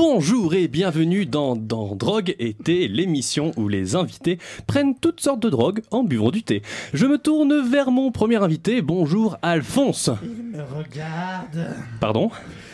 Bonjour et bienvenue dans, dans Drogue et Thé, l'émission où les invités prennent toutes sortes de drogues en buvant du thé. Je me tourne vers mon premier invité. Bonjour Alphonse. Il me regarde. Pardon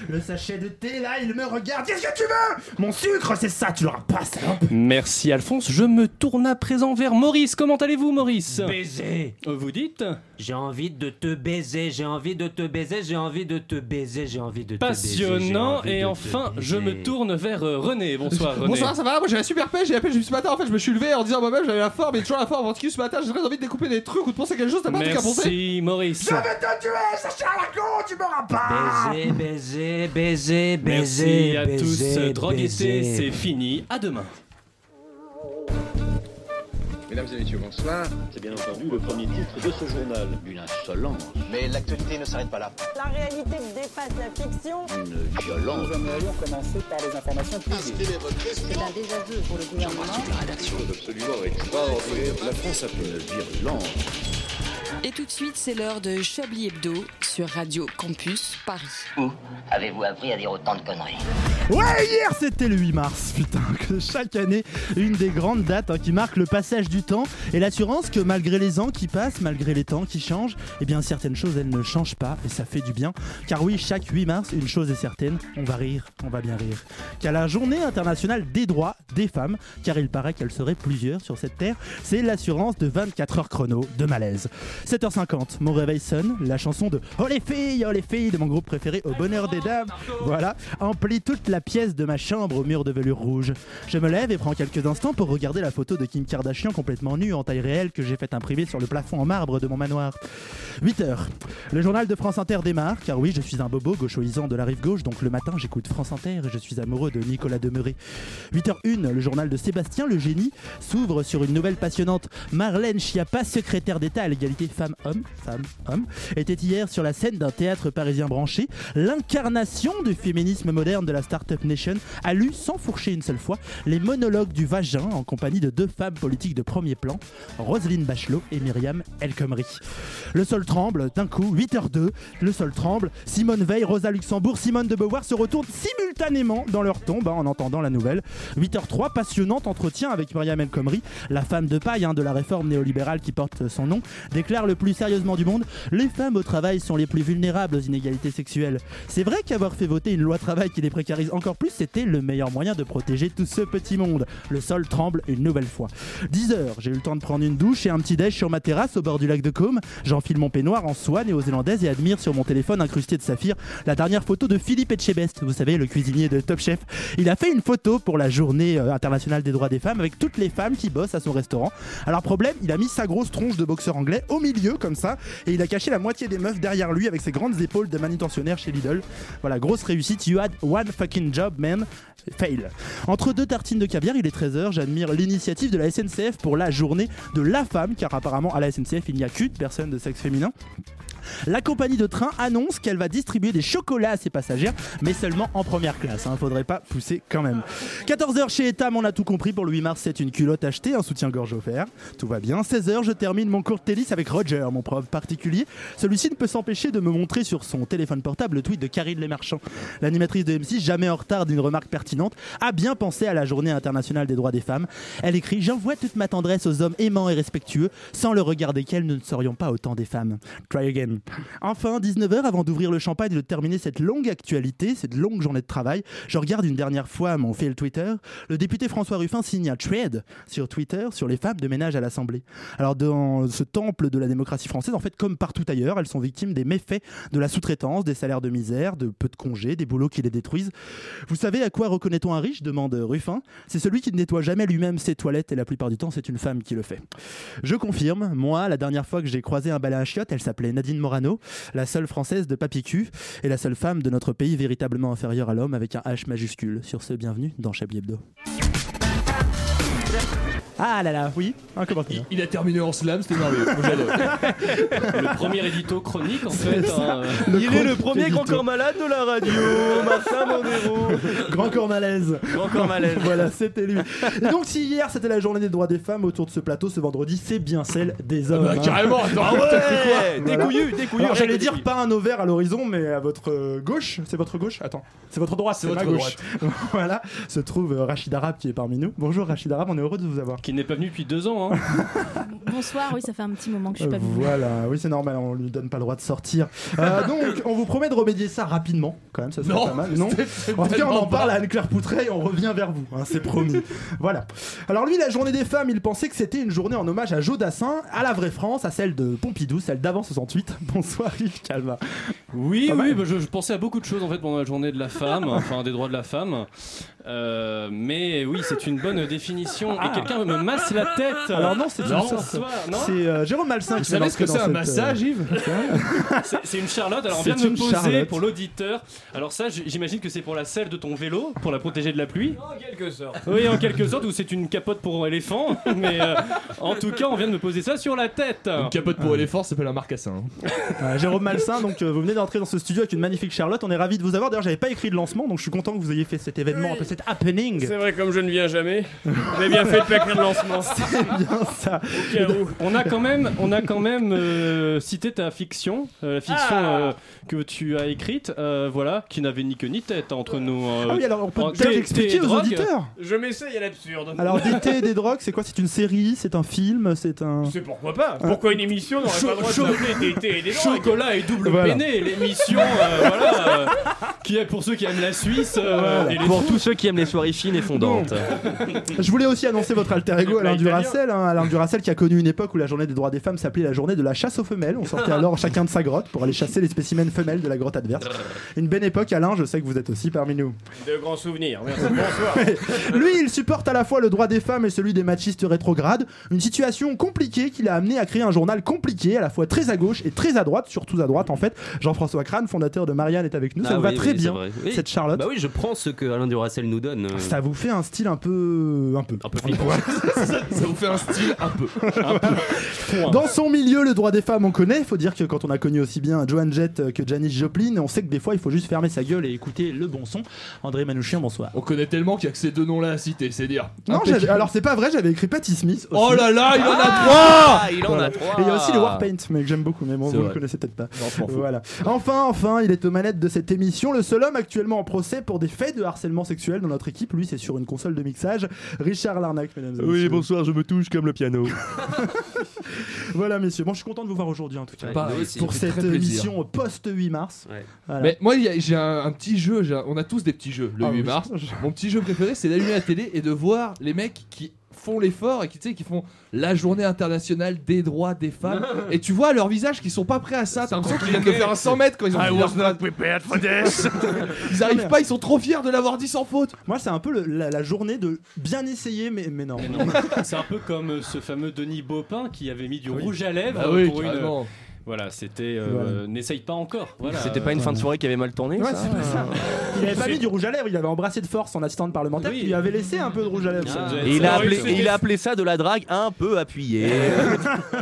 Le sachet de thé là, il me regarde. Qu'est-ce que tu veux Mon sucre, c'est ça, tu l'auras pas, salope. Merci Alphonse. Je me tourne à présent vers Maurice. Comment allez-vous Maurice Baiser Euh, Vous dites J'ai envie de te baiser, j'ai envie de te baiser, j'ai envie de te baiser, j'ai envie de te baiser. j'ai Passionnant. envie Et de te enfin, baiser. je me tourne vers euh, René. Bonsoir René. Bonsoir, ça va Moi j'ai la super pêche, j'ai la pêche depuis ce matin. En fait, je me suis levé en disant moi-même j'avais la forme et toujours la forme. En tout cas, ce matin, j'ai très envie de découper des trucs ou de penser à quelque chose. T'as pas un truc à penser Merci Maurice. Je vais te tuer, sachet à la con, tu m'auras pas. Baiser, baiser, baiser, baiser. Merci à tous. baiser, Drogue et thé, baiser. c'est fini. À demain. Mesdames et messieurs, bonsoir. C'est bien entendu le premier titre de ce journal. Une insolence, Mais l'actualité ne s'arrête pas là. La réalité dépasse la fiction. une violence. C'est un désaveu ben, pour le gouvernement. La France a fait une virulence. Et tout de suite, c'est l'heure de Chablis Hebdo sur Radio Campus Paris. Avez-vous appris à dire autant de conneries Ouais, hier c'était le 8 mars, putain, que chaque année, une des grandes dates hein, qui marque le passage du temps et l'assurance que malgré les ans qui passent, malgré les temps qui changent, eh bien certaines choses elles ne changent pas et ça fait du bien. Car oui, chaque 8 mars, une chose est certaine, on va rire, on va bien rire. Car la journée internationale des droits des femmes, car il paraît qu'elles seraient plusieurs sur cette terre, c'est l'assurance de 24 heures chrono de malaise. 7h50, mon réveil sonne, la chanson de Oh les filles, oh les filles de mon groupe préféré Au bonheur des dames, voilà, emplit toute la pièce de ma chambre au mur de velure rouge. Je me lève et prends quelques instants pour regarder la photo de Kim Kardashian complètement nue en taille réelle que j'ai fait imprimer sur le plafond en marbre de mon manoir. 8h, le journal de France Inter démarre, car oui, je suis un bobo gauchoisant de la rive gauche, donc le matin j'écoute France Inter et je suis amoureux de Nicolas Demeuré. 8h01, le journal de Sébastien le génie s'ouvre sur une nouvelle passionnante. Marlène Schiappa, secrétaire d'État à l'égalité femmes-hommes, femmes-hommes, était hier sur la scène d'un théâtre parisien branché, l'incarnation du féminisme moderne de la Startup Nation, a lu sans fourcher une seule fois les monologues du vagin en compagnie de deux femmes politiques de premier plan, Roselyne Bachelot et Myriam El Khomri. Le sol tremble, d'un coup, 8h02, le sol tremble, Simone Veil, Rosa Luxembourg, Simone de Beauvoir se retournent simultanément dans leur tombe hein, en entendant la nouvelle. 8h03, passionnant entretien avec Myriam El Khomri, la femme de paille hein, de la réforme néolibérale qui porte son nom, déclare le plus sérieusement du monde Les femmes au travail sont les plus vulnérables aux inégalités sexuelles. C'est vrai qu'avoir fait voter une loi travail qui les précarise encore plus, c'était le meilleur moyen de protéger tout ce petit monde. Le sol tremble une nouvelle fois. 10 heures, j'ai eu le temps de prendre une douche et un petit déj sur ma terrasse au bord du lac de Caume. J'enfile mon peignoir en soie néo-zélandaise et admire sur mon téléphone incrusté de saphir la dernière photo de Philippe Etchebest, vous savez, le cuisinier de Top Chef. Il a fait une photo pour la journée euh, internationale des droits des femmes avec toutes les femmes qui bossent à son restaurant. Alors problème, il a mis sa grosse tronche de boxeur anglais au milieu comme ça et il a caché la moitié des meufs derrière lui avec ses grandes épaules de manutentionnaire chez Lidl. Voilà, grosse réussite, you had one fucking job man, fail. Entre deux tartines de caviar, il est 13h, j'admire l'initiative de la SNCF pour la journée de la femme car apparemment à la SNCF il n'y a qu'une personne de sexe féminin. La compagnie de train annonce qu'elle va distribuer des chocolats à ses passagères, mais seulement en première classe. Hein, faudrait pas pousser quand même. 14h chez Etam, on a tout compris. Pour le 8 mars, c'est une culotte achetée, un soutien-gorge offert. Tout va bien. 16h, je termine mon cours de tennis avec Roger, mon prof particulier. Celui-ci ne peut s'empêcher de me montrer sur son téléphone portable le tweet de Karine Lemarchand. L'animatrice de M6, jamais en retard d'une remarque pertinente, a bien pensé à la journée internationale des droits des femmes. Elle écrit J'envoie toute ma tendresse aux hommes aimants et respectueux, sans le regard desquels nous ne serions pas autant des femmes. Try again. Enfin, 19h, avant d'ouvrir le champagne et de terminer cette longue actualité, cette longue journée de travail, je regarde une dernière fois mon fil Twitter. Le député François Ruffin signe un thread sur Twitter sur les femmes de ménage à l'Assemblée. Alors, dans ce temple de la démocratie française, en fait, comme partout ailleurs, elles sont victimes des méfaits de la sous-traitance, des salaires de misère, de peu de congés, des boulots qui les détruisent. Vous savez à quoi reconnaît-on un riche demande Ruffin. C'est celui qui ne nettoie jamais lui-même ses toilettes et la plupart du temps, c'est une femme qui le fait. Je confirme, moi, la dernière fois que j'ai croisé un balai à chiottes, elle s'appelait Nadine Morano, la seule française de Papy Q et la seule femme de notre pays véritablement inférieure à l'homme avec un H majuscule. Sur ce, bienvenue dans Chablis Hebdo. Ah là là, oui, un commentaire. Il, il a terminé en slam, c'était merveilleux. Moi, J'adore. Le premier édito chronique en fait. hein. Euh, Il est le premier grand corps malade de la radio, Martin Mondero. Grand corps malaise. Grand corps malaise. voilà, c'était lui. Et donc si hier c'était la journée des droits des femmes autour de ce plateau, ce vendredi c'est bien celle des hommes. Bah, hein. carrément, attends, t'as fait quoi Ah Ouais, Voilà. découillu, découillu. Alors j'allais dire pas un ovaire à l'horizon, mais à votre euh, gauche, c'est votre gauche Attends, c'est votre droite, c'est ma votre gauche. voilà, se trouve euh, Rachid Arab qui est parmi nous. Bonjour Rachid Arab, on est heureux de vous avoir. qui n'est pas venu depuis deux ans. Hein. Bonsoir, oui, ça fait un petit moment que je suis Euh, pas venue. voilà, oui c'est normal, on lui donne pas le droit de sortir. Euh, donc on vous promet de remédier ça rapidement, quand même, ça serait Non, pas mal, non c'est- c'est En tout cas, on tellement en parle à Anne-Claire Poutret et on revient vers vous, hein, c'est promis. voilà. Alors lui, la journée des femmes, il pensait que c'était une journée en hommage à Jodassin, à la vraie France, à celle de Pompidou, celle d'avant 68. Bonsoir Yves Calva. Oui, Pas oui, mal. bah, je, je pensais à beaucoup de choses en fait pendant la journée de la femme, enfin des droits de la femme. Euh, mais oui, c'est une bonne définition. Et quelqu'un me masse la tête. Ah. Alors non, c'est Non, une ce soir, non C'est euh, Jérôme Malsain Vous qui s'est savez ce lancé que dans c'est un cette, euh, massage, Yves C'est- C'est une charlotte. Alors on C'est vient de me une poser charlotte. pour l'auditeur. Alors ça, j- j'imagine que c'est pour la selle de ton vélo, pour la protéger de la pluie. En quelque sorte. Oui, en quelque sorte, ou c'est une capote pour éléphant. Mais euh, en tout cas, on vient de me poser ça sur la tête. Ah. Une capote pour éléphant, ça s'appelle un marcassin. hein. Euh, Jérôme Malsain, donc euh, vous venez d'entrer dans ce studio avec une magnifique Charlotte. On est ravis de vous avoir. D'ailleurs, j'avais pas écrit de lancement, donc je suis content que vous ayez fait cet événement, un peu cet happening. C'est vrai, comme je ne viens jamais, j'ai bien fait de pas écrire de lancement. bien ça. Eh ben, On a quand même, on a quand même euh, cité ta fiction, euh, la fiction euh, que tu as écrite, euh, voilà, qui n'avait ni queue ni tête entre nous. euh. Ah oui, alors on peut en peut-être thé- expliquer thé- aux drogue. auditeurs. Je m'essaye à l'absurde. Alors, d'été des drogues, c'est quoi C'est une série C'est un film C'est un. C'est pourquoi pas Pourquoi une émission n'aurait pas le droit de s'appeler d'été et des drogues Chocolat et double Voilà. peiné, l'émission, euh, voilà, euh, qui est pour ceux qui aiment la Suisse euh, et les Pour tous ceux qui aiment les soirées fines et fondantes. Je voulais aussi annoncer votre alter Le ego Alain plat italien. Duracel, hein. Alain Duracel qui a connu une époque où la journée des droits des femmes s'appelait la journée de la chasse aux femelles. On sortait alors chacun de sa grotte pour aller chasser les spécimens femelles de la grotte adverse. Une belle époque, Alain, je sais que vous êtes aussi parmi nous. De grands souvenirs, merci. Bonsoir. Lui, il supporte à la fois le droit des femmes et celui des machistes rétrogrades, une situation compliquée qui l'a amené à créer un journal compliqué, à la fois très à gauche et très à droite, surtout à droite en fait. Jean-François Crane, fondateur de Marianne, est avec nous, ça Ah vous va oui, très oui, c'est bien, vrai. Oui. cette Charlotte. Bah oui, je prends ce que Alain Duracel nous donne. euh, Ça vous fait un style un peu... un peu... Un peu flippant. Ça vous fait un style un peu. points. Dans son milieu, le droit des femmes, on connaît. Il faut dire que quand on a connu aussi bien Joan Jett euh, que Janis Joplin, on sait que des fois, il faut juste fermer sa gueule et écouter le bon son. André Manouchian, bonsoir. On connaît tellement qu'il y a que ces deux noms-là à citer, c'est dire. Non, Impeccable. j'avais- alors c'est pas vrai, j'avais écrit Patti Smith. aussi. Oh là là, il en a Ah, il en Voilà. a trois. Et il y a aussi le Warpaint, mais que j'aime beaucoup, mais bon, C'est vous le vrai. connaissez peut-être pas. trois Non, je m'en fous. Voilà. Enfin, enfin, il est aux manettes de cette émission. Le seul homme actuellement en procès pour des faits de harcèlement sexuel dans notre équipe, lui, c'est sur une console de mixage. Richard Larnac, mesdames et messieurs. bonsoir, je me touche comme le piano. Voilà, messieurs. Bon, je suis content de vous voir aujourd'hui, en tout cas. Ouais, Pareil, nous aussi. Pour ça fait cette très plaisir. émission post-8 mars. Ouais. Voilà. Mais moi, il y a- j'ai un, un petit jeu. j'ai un- on a tous des petits jeux le Ah, 8 oui, mars. je- Mon petit jeu préféré, c'est d'allumer la télé et de voir les mecs qui font l'effort et qui, tu sais, qui font la journée internationale des droits des femmes. et tu vois leurs visages qui sont pas prêts à ça. T'as l'impression qu'ils viennent de faire un 100 mètres quand ils ont fait leur- Ils arrivent pas, ils sont trop fiers de l'avoir dit sans faute. Moi, c'est un peu le- la, la journée de bien essayer, mais, mais non. Mais non, C'est un peu comme euh, ce fameux Denis Baupin qui avait mis du Oui. rouge à lèvres Bah oui, pour une. euh, carrément. Voilà, c'était euh, Voilà. euh, n'essaye pas encore. Voilà. C'était pas une fin de soirée qui avait mal tourné Ouais, ça Euh, c'est pas ça. Il avait pas mis du rouge à lèvres, il avait embrassé de force son assistante parlementaire Oui. qui lui avait laissé un peu de rouge à lèvres. Ah. Ça- Et il, a Ça appelé, aurait été- et il a appelé ça de la drague un peu appuyée.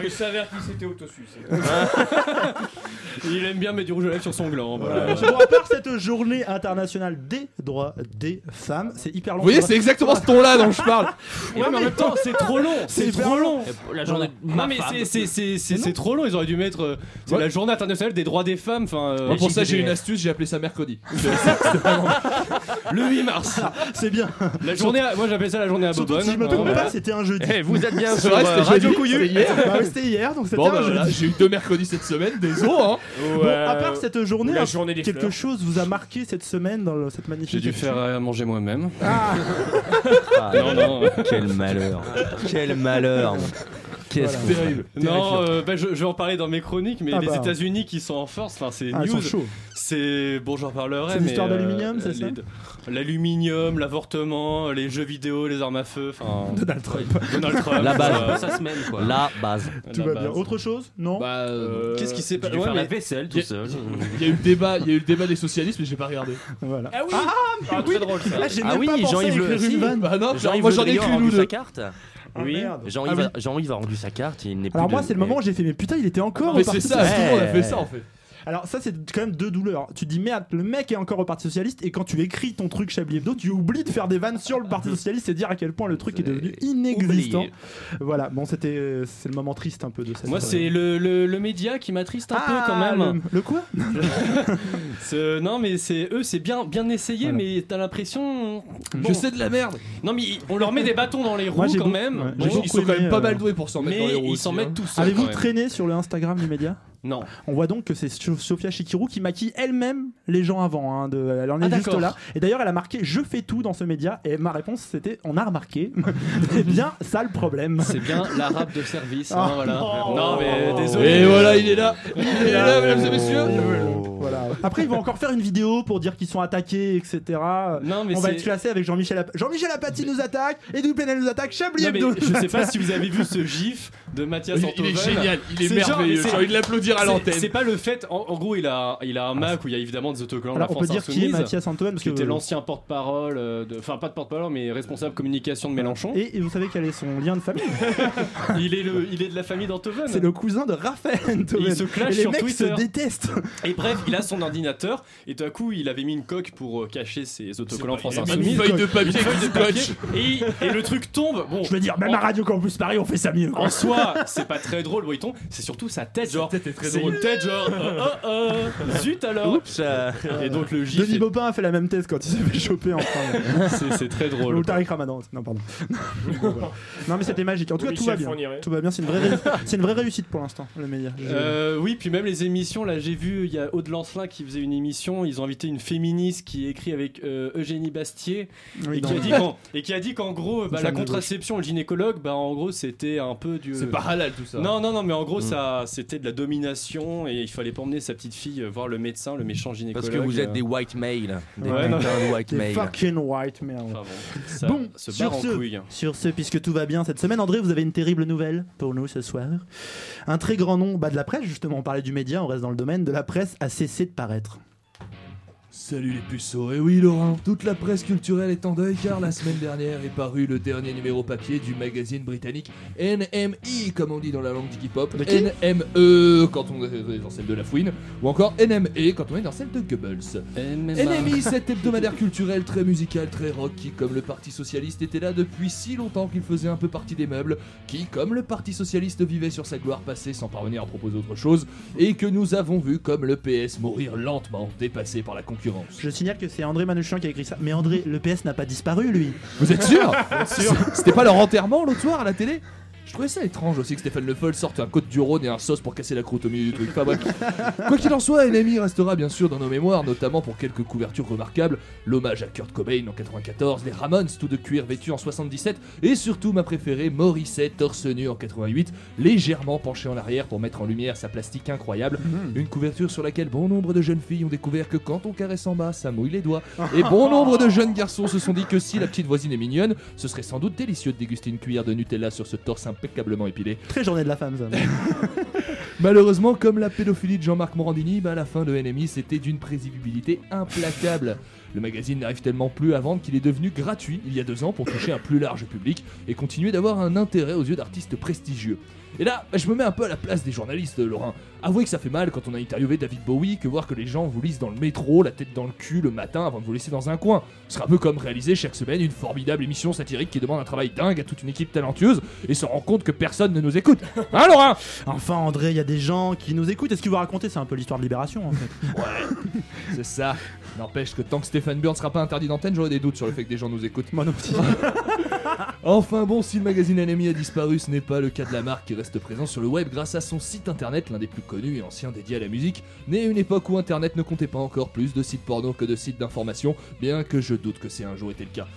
Il s'avère qu'il s'était autosuce. Il aime bien mettre du rouge à lèvres sur son gland. voilà. Euh, Bon, à part cette journée internationale des droits des femmes, c'est hyper long. Vous voyez, c'est exactement ce ton-là dont je parle. Ouais, mais en même temps, c'est trop long. C'est hyper trop long. La journée Non mais c'est- c'est- c'est c'est- c'est trop long. Ils auraient dû mettre euh, c'est Ouais. la Journée internationale des droits des femmes. Enfin, euh, Moi, pour ça, j'ai une astuce, j'ai appelé ça mercredi. le 8 mars. c'est bien. La journée, à- moi j'appelle ça la journée à Surtout Bobonne. que si je me hein, trompe voilà. pas, c'était un jeudi. Eh, vous êtes bien C'est sur vrai, euh, c'était Radio jeudi, Couillu. c'était hier. Bah oui, c'était hier, donc c'était Bon, un bah voilà, jeudi. j'ai eu deux mercredis cette semaine, désolé. Hein. Bon, à part cette journée, la journée des quelque fleurs. chose vous a marqué cette semaine dans le- cette magnifique. J'ai dû faire à manger moi-même. Ah, Non, non, euh, Quel malheur. Quel malheur. Qu'est-ce Voilà. que- Terrible. non euh, bah, je, je vais en parler dans mes chroniques, mais Ah les bah. États-Unis qui sont en force, enfin, c'est Ah, ils sont news. chauds. C'est bon, j'en parlerai. C'est mais, euh, l'histoire d'aluminium, c'est les ça deux- L'aluminium, l'avortement, les jeux vidéo, les armes à feu, enfin Donald Trump. Donald Trump. La base. euh, Ça semaine, quoi. La base. la Tout va base. bien. Autre chose Non. Bah, euh, Qu'est-ce qui s'est J'ai passé dû Ouais, faire la mais- vaisselle tout seul. Il y a eu le débat, il y a eu le débat des socialistes, mais j'ai pas regardé. Voilà. Ah oui, Ah, j'ai Ah même oui, pas pensé à Jean-Yves écrire Le- une si. vanne. Bah non, Jean-Yves moi Le j'en ai Drian écrit a une ou rendu sa deux. carte. Oui, Jean-Yves Ah oui. a- Jean-Yves a rendu sa carte, il n'est plus. Alors moi, de- c'est le moment où j'ai fait, mais putain, il était encore Mais au Parti c'est ça, tout le monde a socialiste. fait ça, en fait. Alors ça, c'est quand même deux douleurs. Tu te dis merde, le mec est encore au Parti socialiste, et quand tu écris ton truc Chablis Hebdo, tu oublies de faire des vannes sur le Parti socialiste et dire à quel point le truc est devenu inexistant. oublié. Voilà. Bon, c'était euh, c'est le moment triste un peu de cette. Moi, c'est le, le- le média qui m'attriste un Ah, peu quand même. Le, le quoi Ce- Non, mais c'est eux, c'est bien, bien essayé, mais t'as l'impression. Que c'est de la merde. Non, mais on leur met des bâtons dans les roues Moi, j'ai quand beau- même. ouais, j'ai Bon, beaucoup Ils sont quand aimé, même pas euh, mal doués pour s'en mettre mais dans les roues Ils s'en aussi, hein. mettent tous seuls. Avez-vous quand même. traîné sur le Instagram du média Non. On voit donc que c'est So- Sofia Chikirou qui maquille elle-même les gens avant. hein, de- elle en est Ah, juste d'accord. là. Et d'ailleurs, elle a marqué Je fais tout dans ce média. Et ma réponse, c'était On a remarqué. c'est bien ça le problème. C'est bien l'arabe de service. hein, Ah, voilà. non. Non, mais désolé. Et voilà, il est là. Il est là, mesdames et messieurs. Euh, Voilà. Après, ils vont encore faire une vidéo pour dire qu'ils sont attaqués, etc. Non, mais On va c'est- être classé avec Jean-Michel App- Jean-Michel Apathy nous attaque, Edoui Plenel nous attaque, Chablis Non, mais Hebdo je nous sais pas attaque. si vous avez vu ce gif de Mathias Il- il Antoven. est génial, il est C'est genre- merveilleux, c'est- j'ai envie de l'applaudir à c'est- l'antenne. C'est pas le fait. En, en gros, il a, il a un Mac où il y a évidemment des autocollants. de Ah. Alors, la on France peut dire qui est insoumise, Mathias Antoven, parce Qui que- Euh, était l'ancien porte-parole, euh, de- enfin pas de porte-parole, mais responsable communication de Mélenchon. bah, Et, et vous savez quel est son lien de famille il, est le, il est de la famille d'Antoven. C'est le cousin de Raphaël Antoven. Il se clash et les sur mecs Twitter. se détestent. Et bref, il a son ordinateur et tout à coup, il avait mis une coque pour euh, cacher ses autocollants France il a mis une Insoumise. feuille de papier Une feuille qui de scotche. papier. Et, et le truc tombe. Bon, Je veux dire, même à Radio Campus Paris, on fait ça mieux. quoi. En soi, c'est pas très drôle, bon, il tombe. C'est surtout sa tête, genre. C'est une tête, genre. Oh, oh, oh, zut alors. Et donc le gif. Denis Baupin a fait la même thèse quand il s'est fait choper en France. est- C'est c'est très Ou drôle. Tariq Ramadan. Non, pardon. Bon, voilà. non, mais c'était magique. En tout cas, tout va Michel bien. Fourniret. Tout va bien. C'est une vraie, réu- c'est une vraie réussite pour l'instant, le meilleur. Je- Euh, oui, puis même les émissions, là j'ai vu, il y a Aude Lancelin qui faisait une émission, ils ont invité une féministe qui écrit avec euh, Eugénie Bastier Oui, et, dans- qui a dit qu'en, et qui a dit qu'en gros, bah, femme la de gauche. contraception et le gynécologue, bah, en gros c'était un peu du... C'est pas halal tout ça. Non, non, non, mais en Mm. gros ça c'était de la domination et il fallait pas emmener sa petite fille euh, voir le médecin, le méchant gynécologue. Parce que vous êtes euh. des white males. Des Ouais, non. putains de white Des males. fucking white merde. Enfin bon, ça bon, se barre sur en couille. ce, sur ce, puisque tout va bien cette semaine, André, vous avez une terrible nouvelle pour nous ce soir. Un très grand nom bah, de la presse, justement, on parlait du média, on reste dans le domaine, de la presse a cessé de paraître. Salut les puceaux, et oui Laurent, toute la presse culturelle est en deuil car la semaine dernière est paru le dernier numéro papier du magazine britannique NME comme on dit dans la langue du hip-hop, De qui NME quand on est dans celle de la fouine, ou encore NME quand on est dans celle de Goebbels. E. NMI, cet hebdomadaire culturel très musical, très rock, qui, comme le Parti Socialiste, était là depuis si longtemps qu'il faisait un peu partie des meubles, qui, comme le Parti Socialiste, vivait sur sa gloire passée sans parvenir à proposer autre chose, et que nous avons vu, comme le PS, mourir lentement, dépassé par la concurrence. Je signale que c'est André Manouchian qui a écrit ça. Mais André, le PS n'a pas disparu, lui. Vous êtes sûr C'était pas leur enterrement l'autre soir à la télé je trouvais ça étrange aussi que Stéphane Le Foll sorte un côte du Rhône et un sauce pour casser la croûte au milieu du truc. Enfin, bref. Quoi qu'il en soit, Enemy restera bien sûr dans nos mémoires, notamment pour quelques couvertures remarquables, l'hommage à Kurt Cobain en 94, les Ramones tout de cuir vêtus en 77, et surtout ma préférée, Morrissey torse nu en 88, légèrement penché en arrière pour mettre en lumière sa plastique incroyable, Mhm. une couverture sur laquelle bon nombre de jeunes filles ont découvert que quand on caresse en bas, ça mouille les doigts, et bon nombre de jeunes garçons se sont dit que si la petite voisine est mignonne, ce serait sans doute délicieux de déguster une cuillère de Nutella sur ce torse impeccablement épilé. Très journée de la femme, ça. Malheureusement, comme la pédophilie de Jean-Marc Morandini, bah, la fin de NMI c'était d'une prévisibilité implacable. Le magazine n'arrive tellement plus à vendre qu'il est devenu gratuit il y a deux ans pour toucher un plus large public et continuer d'avoir un intérêt aux yeux d'artistes prestigieux. Et là, bah, je me mets un peu à la place des journalistes, Laurent. Avouez que ça fait mal quand on a interviewé David Bowie que voir que les gens vous lisent dans le métro, la tête dans le cul le matin avant de vous laisser dans un coin. Ce sera un peu comme réaliser chaque semaine une formidable émission satirique qui demande un travail dingue à toute une équipe talentueuse et se rend compte que personne ne nous écoute. Hein, Laurent Enfin, André, il y a des gens qui nous écoutent. Est-ce que vous racontez C'est un peu l'histoire de Libération, en fait. C'est ça. N'empêche que tant que Stéphane Burn sera pas interdit d'antenne, j'aurai des doutes sur le fait que des gens nous écoutent. Moi non plus. Enfin bon, si le magazine Enemy a disparu, ce n'est pas le cas de la marque qui reste présent sur le web grâce à son site internet, l'un des plus connus et anciens dédié à la musique, né à une époque où internet ne comptait pas encore plus de sites porno que de sites d'information, bien que je doute que c'est un jour été le cas.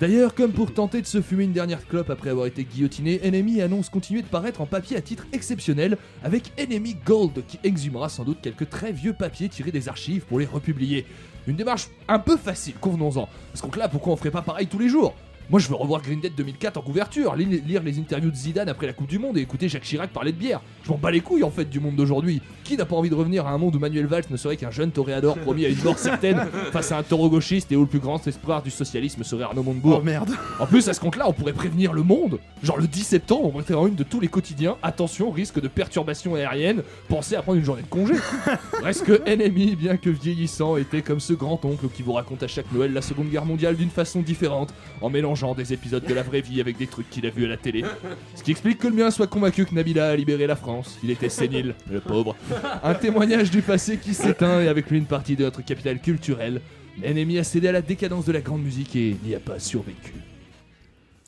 D'ailleurs, comme pour tenter de se fumer une dernière clope après avoir été guillotiné, Enemy annonce continuer de paraître en papier à titre exceptionnel avec Enemy Gold qui exhumera sans doute quelques très vieux papiers tirés des archives pour les republier. Une démarche un peu facile, convenons-en. Parce que là, pourquoi on ferait pas pareil tous les jours Moi, je veux revoir Green Dead 2004 en couverture, li- lire, les interviews de Zidane après la Coupe du Monde et écouter Jacques Chirac parler de bière. Je m'en bats les couilles en fait du monde d'aujourd'hui. Qui n'a pas envie de revenir à un monde où Manuel Valls ne serait qu'un jeune toréador promis à une mort certaine face à un taureau gauchiste et où le plus grand espoir du socialisme serait Arnaud Montebourg Oh, merde. En plus, à ce compte-là, on pourrait prévenir le monde. Genre le 10 septembre, on mettrait en une de tous les quotidiens attention, risque de perturbation aérienne, pensez à prendre une journée de congé. Reste que NMI, bien que vieillissant, était comme ce grand-oncle qui vous raconte à chaque Noël la Seconde Guerre mondiale d'une façon différente, en mélangeant des épisodes de la vraie vie avec des trucs qu'il a vus à la télé. Ce qui explique que le mien soit convaincu que Nabila a libéré la France. Il était sénile, le pauvre. Un témoignage du passé qui s'éteint et avec lui une partie de notre capital culturel. NMI a cédé à la décadence de la grande musique et n'y a pas survécu.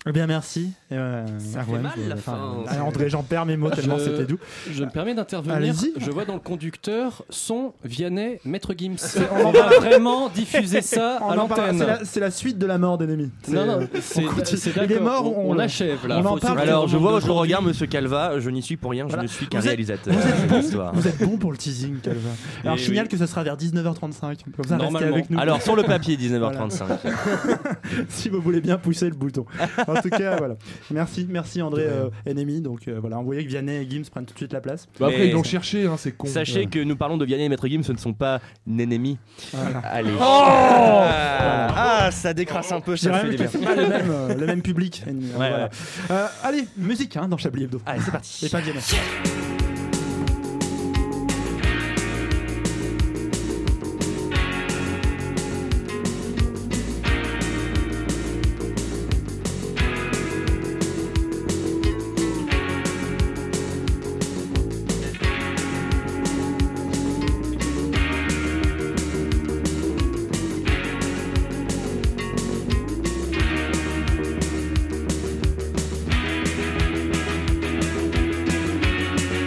Eh bien, merci. Et ouais, Ça fait Erwan, mal, la enfin, fin. allez, Ah, André, j'en perds mes mots tellement Je- c'était doux. Je me permets d'intervenir. Allez-y. Je vois dans le conducteur son Vianney, Maître Gims. On On en va parle. vraiment diffuser ça On à en parle. C'est l'antenne. la- C'est la, suite de la mort d'ennemi. Non, non, c'est- c'est euh, Il est d'accord. mort, On- on l'achève, là. On en Faut se parle. Alors, je vois Vous votre regard, monsieur Calva. Je n'y suis pour rien, je ne suis qu'un Vous êtes- réalisateur. êtes de bon- l'histoire. Vous êtes bon pour le teasing, Calvin. Alors, Eh je signale oui. que ce sera vers 19h35. Comme ça, restez Normalement. avec nous. Alors, sur le papier, 19h35. si vous voulez bien pousser le bouton. En tout cas, voilà. Merci, merci André, euh, ennemi. Donc, euh, voilà, on voyait que Vianney et Gims prennent tout de suite la place. Bah, Mais- hein, c'est con. Sachez euh. Ouais. que nous parlons de Vianney et Maître Gims, ce ne sont pas Nenemi. Allez. Oh ah, ah, ça décrasse un peu, J'ai ça fait même du que bien. c'est pas le même, euh, le même public. Ennemi. Ouais, Voilà. ouais. Euh, allez, musique hein, dans Chablis Hebdo. Allez, c'est parti. Et pas Vianney. Thank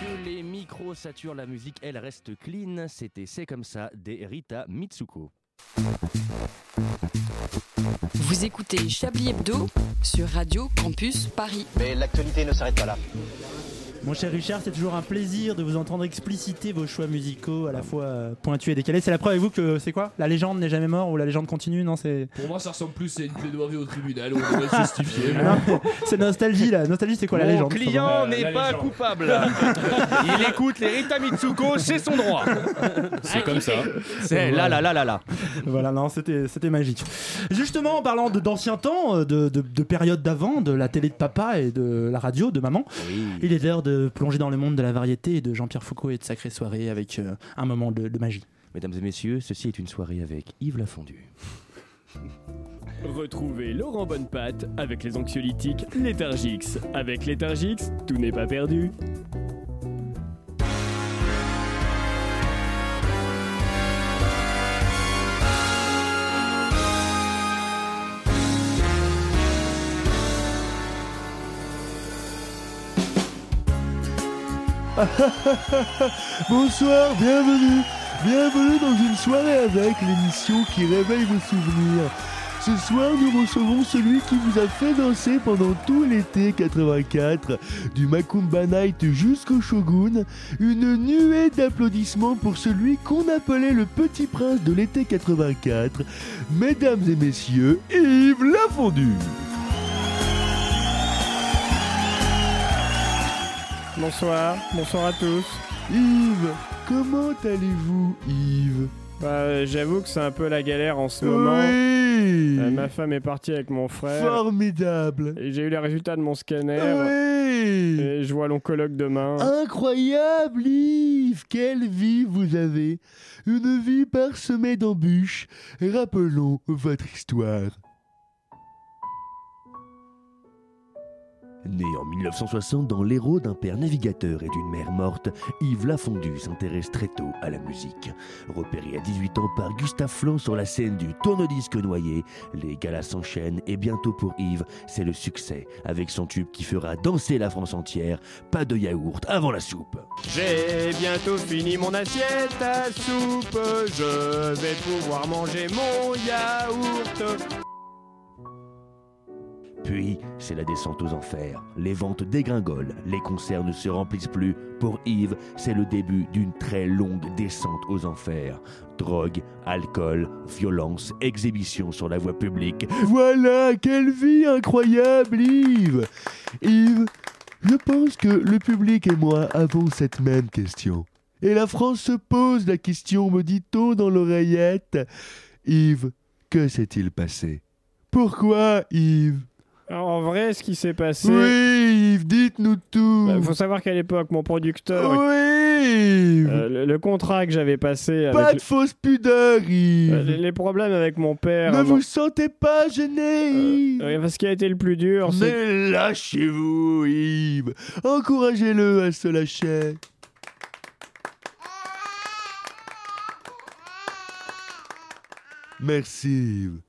que les micros saturent la musique, elle reste clean. C'était C'est comme ça des Rita Mitsuko. Vous écoutez Chablis Hebdo sur Radio Campus Paris. Mais l'actualité ne s'arrête pas là. Mon cher Richard, c'est toujours un plaisir de vous entendre expliciter vos choix musicaux à la fois euh, pointus et décalés. C'est la preuve avec vous que c'est quoi La légende n'est jamais mort ou la légende continue Non, c'est. Pour moi, ça ressemble plus à une plaidoirie au tribunal où on devrait se justifier. Ah non, mais c'est nostalgie là. Nostalgie, c'est quoi la Mon légende client Euh, n'est pas coupable. Il écoute les Rita Mitsuko, c'est son droit. C'est comme ça. C'est là, là, là, là, là. Voilà, non, c'était c'était magique. Justement, en parlant de- d'anciens temps, euh, de, de, de période d'avant, de la télé de papa et de la radio de maman, il est l'heure de plonger dans le monde de la variété et de Jean-Pierre Foucault et de Sacrée Soirée avec euh, un moment de, de magie. Mesdames et messieurs, ceci est une soirée avec Yves Lafondue. Retrouvez Laurent Bonnepatte avec les anxiolytiques Léthargix. Avec Léthargix, tout n'est pas perdu. Bonsoir, bienvenue. Bienvenue dans une soirée avec l'émission qui réveille vos souvenirs. Ce soir, nous recevons celui qui vous a fait danser pendant tout l'été 84, du Macumba Night jusqu'au Shogun, une nuée d'applaudissements pour celui qu'on appelait le petit prince de l'été 84, mesdames et messieurs, Yves Lafondue. Bonsoir, bonsoir à tous. Yves, comment allez-vous, Yves bah, J'avoue que c'est un peu la galère en ce moment. Euh, ma femme est partie avec mon frère. Formidable. Et J'ai eu les résultats de mon scanner. Oui. Et je vois l'oncologue demain. Incroyable, Yves Quelle vie vous avez Une vie parsemée d'embûches. Rappelons votre histoire. Né en 1960 dans l'Hérault d'un père navigateur et d'une mère morte, Yves Lafondu s'intéresse très tôt à la musique. Repéré à 18 ans par Gustave Flan sur la scène du tourne-disque noyé, les galas s'enchaînent et bientôt pour Yves, c'est le succès avec son tube qui fera danser la France entière. Pas de yaourt avant la soupe. J'ai bientôt fini mon assiette à soupe. Je vais pouvoir manger mon yaourt. Puis, c'est la descente aux enfers. Les ventes dégringolent, les concerts ne se remplissent plus. Pour Yves, c'est le début d'une très longue descente aux enfers. Drogue, alcool, violence, exhibition sur la voie publique. Voilà, quelle vie incroyable, Yves Yves, je pense que le public et moi avons cette même question. Et la France se pose la question, me dit-on dans l'oreillette. Yves, que s'est-il passé Pourquoi, Yves En vrai, ce qui s'est passé. Oui, Yves, dites-nous tout. Il faut savoir qu'à l'époque, mon producteur. Oui Euh, le, le contrat que j'avais passé. Euh, Avec Pas le- de fausse pudeur, Yves Euh, les, les problèmes avec mon père. Ne euh, vous sentez pas gêné, Yves euh, euh, ce qui a été le plus dur, c'est. Mais lâchez-vous, Yves Encouragez-le à se lâcher Merci, Yves.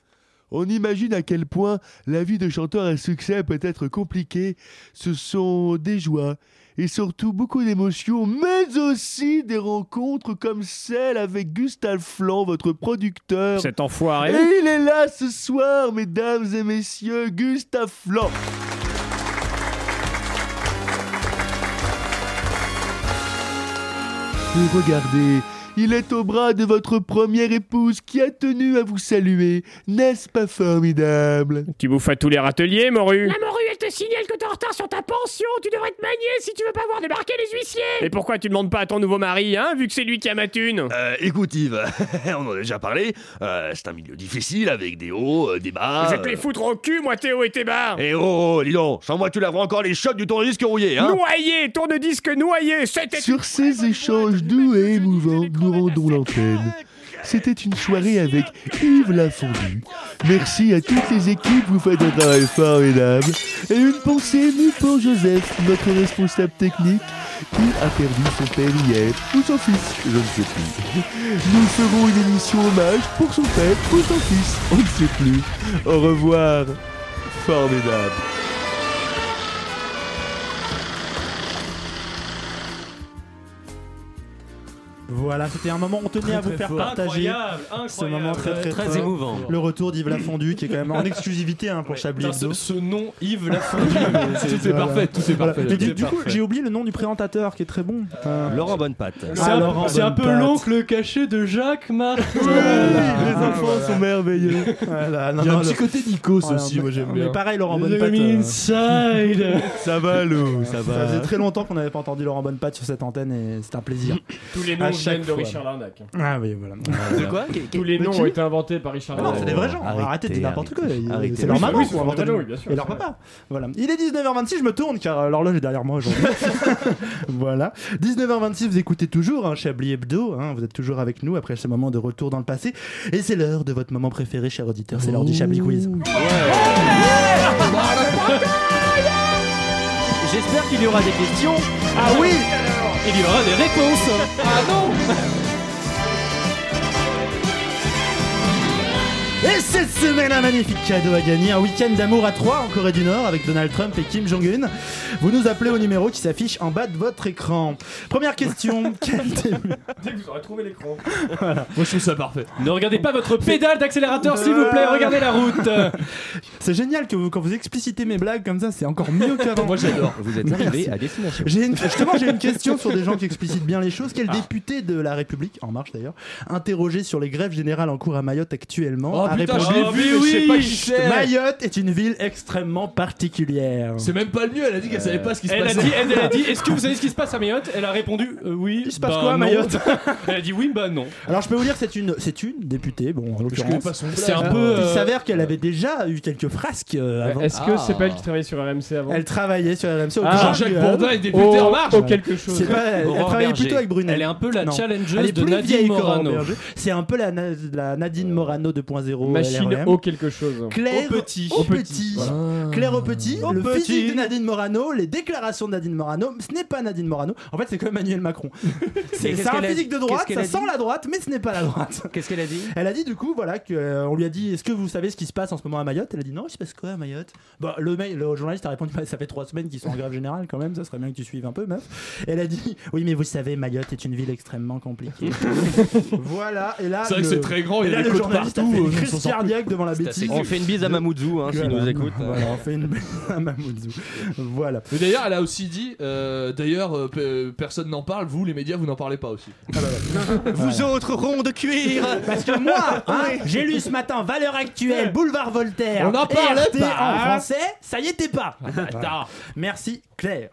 On imagine à quel point la vie de chanteur à succès peut être compliquée. Ce sont des joies et surtout beaucoup d'émotions, mais aussi des rencontres comme celle avec Gustave Flan, votre producteur. Cet enfoiré. Et il est là ce soir, mesdames et messieurs, Gustave Flan. Et regardez, il est au bras de votre première épouse qui a tenu à vous saluer. N'est-ce pas formidable Tu bouffes à tous les râteliers, morue. La morue, elle te signale que t'es en retard sur ta pension. Tu devrais te manier si tu veux pas voir débarquer les huissiers. Et pourquoi tu demandes pas à ton nouveau mari, hein, vu que c'est lui qui a ma thune écoute Yves, on en a déjà parlé, Euh, c'est un milieu difficile avec des hauts, euh, des bas. Vous êtes les foutre au cul, moi, Théo et Théba ah, Eh oh, dis donc, sans moi tu laveras encore les chocs du tourne-disque rouillé, hein. Noyé, tourne-disque noyé, c'était... Sur ces échanges doux et émouvants, nous rendons l'antenne. C'était une soirée avec Yves Lafondue. Merci à toutes les équipes, vous faites un travail formidable. Et une pensée émue pour Joseph, notre responsable technique, qui a perdu son père hier, ou son fils, je ne sais plus. Nous ferons une émission hommage pour son père ou son fils, on ne sait plus. Au revoir. Formidable. Voilà, c'était un moment, on tenait Très, à vous très faire fort. partager Incroyable, ce incroyable, moment très très, très fort. émouvant. Le retour d'Yves Lafondu qui est quand même en exclusivité hein, pour Chablis Putain, ce- Hebdo. ce nom, Yves Lafondu, mais c'est- Tout c'est parfait, tout est parfait, Mais tout du, est du coup, parfait. j'ai oublié le nom du présentateur qui est très bon. Euh, Laurent Bonnepatte. C'est un- Laurent c'est un, peu Bonnepatte. l'oncle caché de Jacques Martin. Ah, les enfants sont merveilleux. Il y a un petit côté Nikos Oh, aussi, moi, j'aime bien. Mais pareil, Laurent Les Bonnepatte. amis euh, inside. Ça va, Lou, ça va. Ça faisait très longtemps qu'on n'avait pas entendu Laurent Bonnepatte sur cette antenne et c'est un plaisir. Tous les À noms chaque viennent de fois. Richard Larnac. Ah oui, voilà. De quoi Tous les de noms qui ont été inventés par Richard Ah non, Larnac. c'est des vrais gens. Arrêtez, de dire n'importe quoi. Ils- Arrêtez. C'est leur Oui, maman oui, qui c'est ont leur inventé maman, le- oui, bien sûr, Et leur c'est vrai. papa. Voilà. Il est 19h26, je me tourne car euh, l'horloge est derrière moi aujourd'hui. voilà. 19h26, vous écoutez toujours hein, Chablis Hebdo. hein, vous êtes toujours avec nous après ce moment de retour dans le passé. Et c'est l'heure de votre moment préféré, cher auditeur. C'est l'heure du Chablis Quiz. J'espère qu'il y aura des questions. Ah oui Il y aura des réponses. Ah non Et cette semaine, un magnifique cadeau à gagner, un week-end d'amour à 3 en Corée du Nord avec Donald Trump et Kim Jong-un. Vous nous appelez au numéro qui s'affiche en bas de votre écran. Première question, quel début Dès que vous aurez trouvé l'écran. Voilà. Moi je trouve ça parfait. Ne regardez pas votre pédale d'accélérateur s'il vous plaît, regardez la route. C'est génial que vous, quand vous explicitez mes blagues comme ça, c'est encore mieux qu'avant. Moi, j'adore. Vous êtes Merci. arrivé à destination. J'ai une- Justement, j'ai une question sur des gens qui explicitent bien les choses. Quel député de La République, en marche d'ailleurs, interrogé sur les grèves générales en cours à Mayotte actuellement, Oh, a putain, répondu je l'ai vu, mais je sais pas qui c'est. Mayotte est une ville extrêmement particulière. C'est même pas le mieux, elle a dit qu'elle savait pas ce qui se Elle a passait. dit, elle, elle a dit, est-ce que vous savez ce qui se passe à Mayotte Elle a répondu, euh, oui. Il se passe quoi à Mayotte Elle a dit oui, bah non. Alors je peux vous dire c'est une c'est une députée bon en connais l'occurrence pas son c'est hein. blaze. un peu Euh, il s'avère qu'elle avait déjà eu quelques frasques euh, avant Est-ce que Ah. c'est pas elle qui travaillait sur RMC avant elle travaillait sur RMC au Ah, Grand Jean-Jacques Duel. Bourdin est député en Au- marche. au Ouais. quelque chose c'est pas elle, elle Aurore travaillait Berger. plutôt avec Brunel Elle est un peu la Non. challengeuse Elle est de plus Nadine vieille qu'Aurore Morano. Berger. c'est un peu la, Na- la Nadine Morano 2.0 Machine LREM. au quelque chose. Claire Au petit. au Au petit, petit, Voilà. Claire au petit, Au le petit. physique de Nadine Morano, les déclarations de Nadine Morano, ce n'est pas Nadine Morano. En fait, c'est comme Emmanuel Macron. C'est qu'est-ce c'est un qu'elle a- physique de qu'est-ce droite, qu'elle ça a sent dit la droite, mais ce n'est pas la droite. Qu'est-ce qu'elle a dit Elle a dit du coup, voilà, que, euh, on lui a dit, est-ce que vous savez ce qui se passe en ce moment à Mayotte Elle a dit non, il se passe quoi à Mayotte Bah le, mail- le journaliste a répondu, bah, ça fait trois semaines qu'ils sont en grève générale quand même, ça serait bien que tu suives un peu, meuf. Elle a dit, oui, mais vous savez, Mayotte est une ville extrêmement compliquée. voilà, et là, C'est vrai que le- c'est très grand, et il y a là, des le côtes journaliste a partout, fait une euh, on crise s'en sort plus. cardiaque devant la C'est bêtise. assez On fait une bise à Mamoudzou, hein, s'il Voilà. nous écoute. Voilà, on fait une bise à Mamoudzou. Voilà. Mais d'ailleurs, elle a aussi dit, euh, d'ailleurs, euh, pe- euh, personne n'en parle, vous les médias, vous n'en parlez pas aussi. Ah bah Vous autres ronds de cuir Parce que moi, hein, j'ai lu ce matin Valeurs Actuelles, Boulevard Voltaire. On en parle RT pas, en hein. français, ça y était pas. Attends. Merci Claire.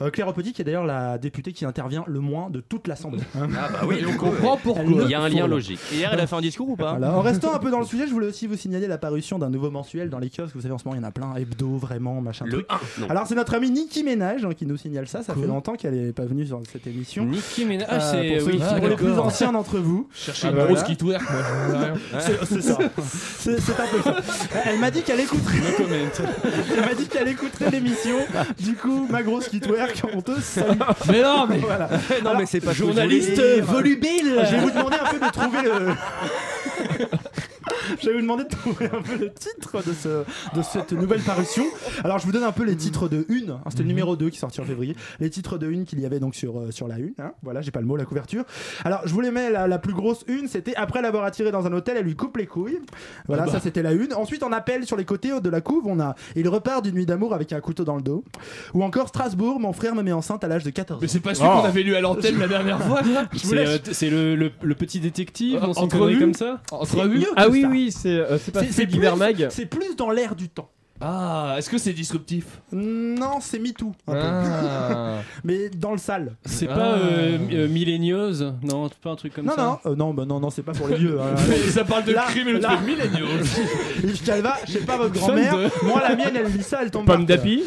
Euh, Claire Petit qui est d'ailleurs la députée qui intervient le moins de toute l'Assemblée. Hein Ah bah oui, Et du on coup, comprend ouais. pourquoi. Il y a un Faut, là. lien logique. Et Hier, elle a fait un discours ou pas Voilà. En restant un peu dans le sujet, je voulais aussi vous signaler la parution d'un nouveau mensuel dans les kiosques. Vous savez, en ce moment, il y en a plein, hebdo, vraiment, machin. Le truc. un, non. Alors, c'est notre ami Niki Ménage hein, qui nous signale ça. Ça fait longtemps qu'elle n'est pas venue sur cette émission. Niki Ménage, Euh, c'est- pour, ceux oui, qui- ah, pour les plus d'accord. anciens d'entre vous. Ah, Chercher une grosse qui twerk, moi, je vois rien. C'est- C'est ça. C'est c'est un peu ça. Elle m'a dit qu'elle écouterait. Elle m'a dit qu'elle écouterait l'émission. Du coup, ma grosse qui twerk, on te salue. Mais non, mais- Voilà. Non, mais c'est pas ce que je voulais Journaliste dire. volubile. Je vais vous demander un peu de trouver euh, le. Je vais vous demander de trouver un peu le titre de, ce, de cette nouvelle parution. Alors, je vous donne un peu les titres de une. hein, Mhm. C'était le numéro 2 qui est sorti en février. Les titres de une qu'il y avait donc sur, euh, sur la une. hein. Voilà, j'ai pas le mot, la couverture. Alors, je vous les mets. La, la plus grosse une, c'était après l'avoir attiré dans un hôtel, elle lui coupe les couilles. Voilà, Ah bah. ça c'était la une. Ensuite, on appelle sur les côtés de la couve. On a Il repart d'une nuit d'amour avec un couteau dans le dos. Ou encore Strasbourg, mon frère me met enceinte à l'âge de 14 ans. Mais c'est pas celui Oh. qu'on avait lu à l'antenne la dernière fois, là Je vous Ah. C'est, laisse. euh, t- C'est le, le- le petit détective, on s'en Entrevue connerie comme ça Entrevue C'est mieux Ah que oui, ça. oui, c'est euh, c'est pas C'est- c'est Fait d'Hiver plus- Mag. C'est plus dans l'air du temps. Ah, est-ce que c'est disruptif Non, c'est MeToo. un peu. Ah. Mais dans le sale. C'est pas euh, mi- euh, millénieuse Non, c'est pas un truc comme non, ça non, euh, non, bah non, non, c'est pas pour les vieux. hein. Ça parle de Là, crime et le là. truc milléniaux. Yves Calva, je sais pas votre Fan grand-mère, de- moi la mienne elle lit ça, elle tombe Pomme par terre. d'api.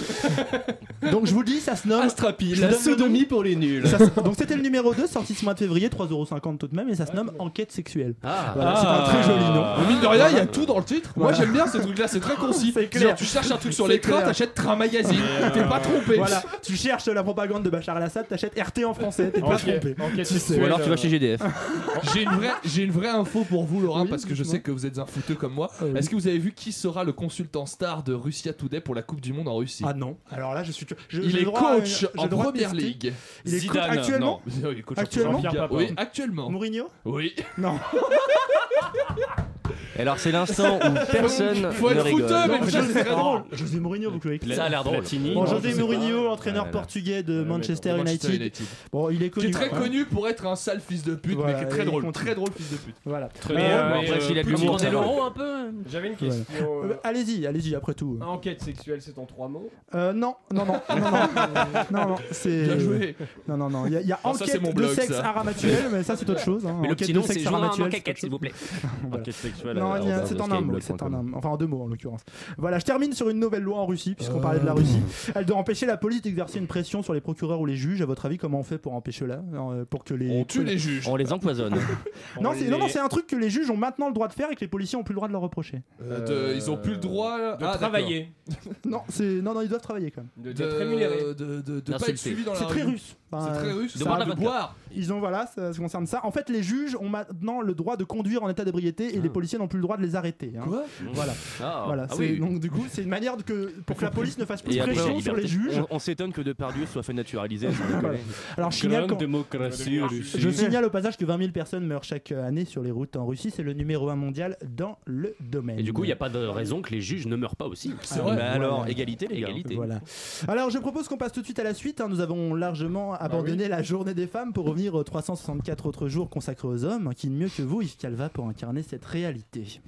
Donc je vous dis, ça se nomme Astrapi, Je la donne le nom. sodomie pour les nuls. Ça se- Donc c'était le numéro 2, sorti ce mois de février, 3,50€ tout de même, et ça se nomme Enquête sexuelle. Ah. Voilà, Ah. c'est un très joli nom. Mais mine de rien, il y a tout dans le titre. Moi, j'aime bien ce truc-là, c'est très concis. C'est clair. C'est-à-dire, Tu cherches un truc sur les trains, t'achètes Train Magazine. T'es pas trompé. euh, Voilà, tu cherches la propagande de Bachar el-Assad, t'achètes RT en français, t'es pas Ok, trompé. enquête Tu sais. sexuelle, Ou alors tu vas chez GDF. J'ai une vraie, j'ai une vraie info pour vous, Laurent, parce que je sais que vous êtes un fouteux comme moi. Ah Est-ce que vous avez vu qui sera le consultant star de Russia Today pour la Coupe du Monde en Russie Ah non. Alors là, je suis. je- j'ai il le est droit à- coach j'ai le en droit de première tester. ligue. Il est coach Zidane, actuellement non. Il est coach en Actuellement première ligue. Oui, actuellement. Mourinho Oui. Non. Et alors, c'est l'instant où personne Faut ne être rigole. fouteux, mais Non, putain, José- c'est très drôle. Oh, José Mourinho, vous pouvez Ça a l'air drôle. Platini. Bon, Non, José je sais Mourinho, pas. entraîneur Ouais, là. portugais de Manchester, de United. Manchester United. Bon, il est Qui connu. est très voilà. connu pour être un sale fils de pute, Voilà, mais qui est et très il drôle, compte. très drôle fils de pute. euh, Voilà. Très bien. Bon, drôle. après, s'il a de l'humour, Ah ça va. un peu J'avais une Voilà. question. euh, Euh, Allez-y, allez-y après tout. Enquête sexuelle, c'est en trois mots. Euh, non, non, non, non, non, non, non, c'est. Bien joué. Non, non, non, il y a, il y a Ah, ça, enquête c'est mon de blog, sexe ça. aramatuel, mais ça c'est autre chose. Hein. Mais le Enquête petit de nom, c'est sexe Jouer à un aramatuel, macaquette, s'il vous plaît. Enquête sexuelle. bah, Non, il y a- c'est en un mot, c'est en un mot. enfin en deux mots en l'occurrence. Voilà, je termine sur une nouvelle loi en Russie, puisqu'on parlait Euh. de la Russie. Elle doit empêcher la police d'exercer une pression sur les procureurs ou les juges. À votre avis, comment on fait pour empêcher là Euh, Pour que les. On que- juges. On les empoisonne. Non, On c'est non, non, les- c'est un truc que les juges ont maintenant le droit de faire et que les policiers ont plus le droit de leur reprocher. Euh, de- ils ont plus le droit Ah, de travailler. Non, c'est non, non, ils doivent travailler quand même. d'être rémunérés. de- de- de pas être suivis dans la C'est très rue. russe. C'est très russe. ça Demande a à de votre boire. Ils ont voilà, ça, ça concerne ça. En fait, les juges ont maintenant le droit de conduire en état d'ébriété et les policiers n'ont plus le droit de les arrêter. hein. Ah. Quoi Voilà. Ah. voilà. Ah c'est- oui. Donc du coup, c'est une manière de que pour que la police ne fasse plus Et après, pression on- sur les juges. On, on s'étonne que Depardieu soit fait naturaliser. sans déconner. Voilà. Alors, je signale qu'en- Je signale au passage que 20 000 personnes meurent chaque année sur les routes en Russie. C'est le numéro un mondial dans le domaine. Et du coup, il n'y a pas de raison que les juges ne meurent pas Ah, aussi. C'est vrai. Bah alors, Voilà. égalité, les gars. Égalité. Voilà. Alors, je propose qu'on passe tout de suite à la suite. hein. Nous avons largement abandonné la journée des femmes pour revenir aux 364 autres jours consacrés aux hommes. Qui de mieux que vous, Yves Calva, pour incarner cette réalité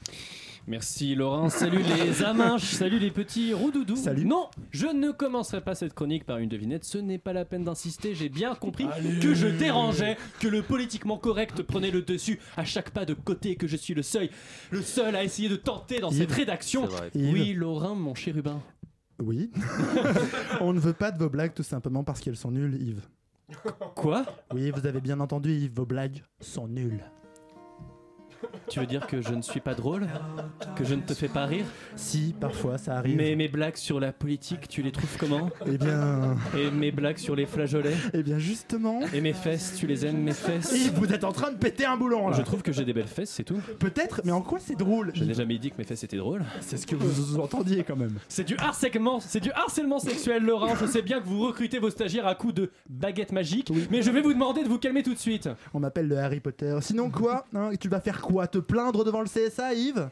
Merci Laurent, salut les aminches, salut les petits roudoudous. Salut. Non, je ne commencerai pas cette chronique par une devinette, ce n'est pas la peine d'insister, j'ai bien compris que je dérangeais, que le politiquement correct prenait le dessus à chaque pas de côté, que je suis le seul, le seul à essayer de tenter dans Yves. cette rédaction. C'est vrai. Oui, Yves. Laurent, Oh, mon chérubin. Oui. On ne veut pas de vos blagues tout simplement parce qu'elles sont nulles, Yves. Quoi Oui, vous avez bien entendu, Yves, vos blagues sont nulles. Tu veux dire que je ne suis pas drôle Que je ne te fais pas rire Si, parfois, ça arrive. Mais mes blagues sur la politique, tu les trouves comment Eh bien. Et mes blagues sur les flageolets Eh bien, justement. Et mes fesses, tu les aimes, mes fesses Yves, vous êtes en train de péter un boulon là. Je trouve que j'ai des belles fesses, c'est tout. Peut-être, mais en quoi c'est drôle Je n'ai jamais dit que mes fesses étaient drôles. C'est ce que vous entendiez quand même. C'est du harcèlement, c'est du harcèlement sexuel, Laurent. Je sais bien que vous recrutez vos stagiaires à coups de baguette magique, mais je vais vous demander de vous calmer tout de suite. On m'appelle le Harry Potter. Sinon quoi hein, Tu vas faire quoi Te plaindre devant le CSA, Yves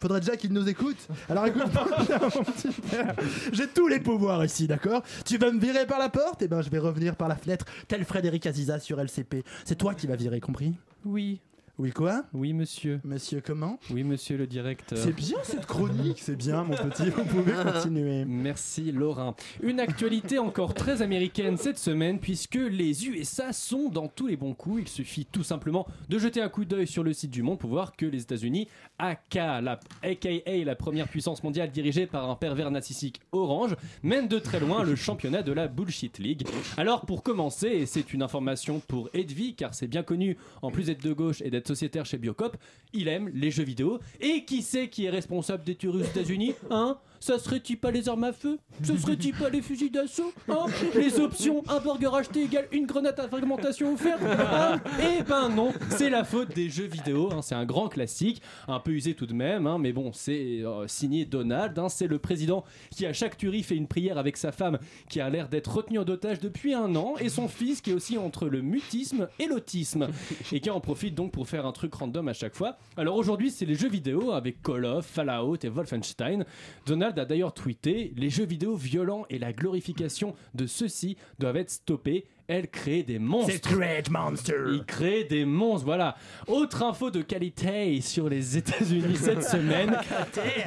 Faudrait déjà qu'il nous écoute. Alors écoute, mon petit père, j'ai tous les pouvoirs ici, d'accord Tu vas me virer par la porte Eh ben, je vais revenir par la fenêtre, tel Frédéric Aziza sur LCP. C'est toi qui vas virer, compris Oui. Oui quoi Oui, monsieur. Monsieur comment Oui, monsieur le directeur. C'est bien cette chronique, c'est bien, mon petit. Vous pouvez continuer. Merci Laurent. Une actualité encore très américaine cette semaine puisque les USA sont dans tous les bons coups. Il suffit tout simplement de jeter un coup d'œil sur le site du Monde pour voir que les États-Unis, aka la, aka la première puissance mondiale dirigée par un pervers narcissique orange, mènent de très loin le championnat de la Bullshit League. Alors pour commencer, et c'est une information pour Edvi car c'est bien connu, en plus d'être de gauche et d'être sociétaire chez Biocop, il aime les jeux vidéo. Et qui c'est qui est responsable des tueries aux États-Unis Hein ça serait-il pas les armes à feu Ce serait-il pas les fusils d'assaut hein Les options, un burger acheté égale une grenade à fragmentation offerte hein Eh ben non, c'est la faute des jeux vidéo, hein. c'est un grand classique, un peu usé tout de même, hein, mais bon, c'est euh, signé Donald, hein. c'est le président qui à chaque tuerie fait une prière avec sa femme qui a l'air d'être retenue en otage depuis un an, et son fils qui est aussi entre le mutisme et l'autisme, et qui en profite donc pour faire un truc random à chaque fois. Alors aujourd'hui, c'est les jeux vidéo avec Call of, Fallout et Wolfenstein. Donald a d'ailleurs tweeté Les jeux vidéo violents et la glorification de ceux-ci doivent être stoppés. Elle crée des monstres. Secret monster. Il crée des monstres, voilà. Autre info de qualité sur les États-Unis cette semaine.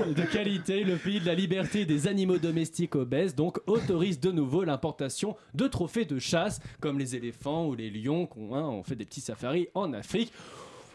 de qualité, le pays de la liberté des animaux domestiques obèses, donc autorise de nouveau l'importation de trophées de chasse, comme les éléphants ou les lions, qu'on hein, on fait des petits safaris en Afrique.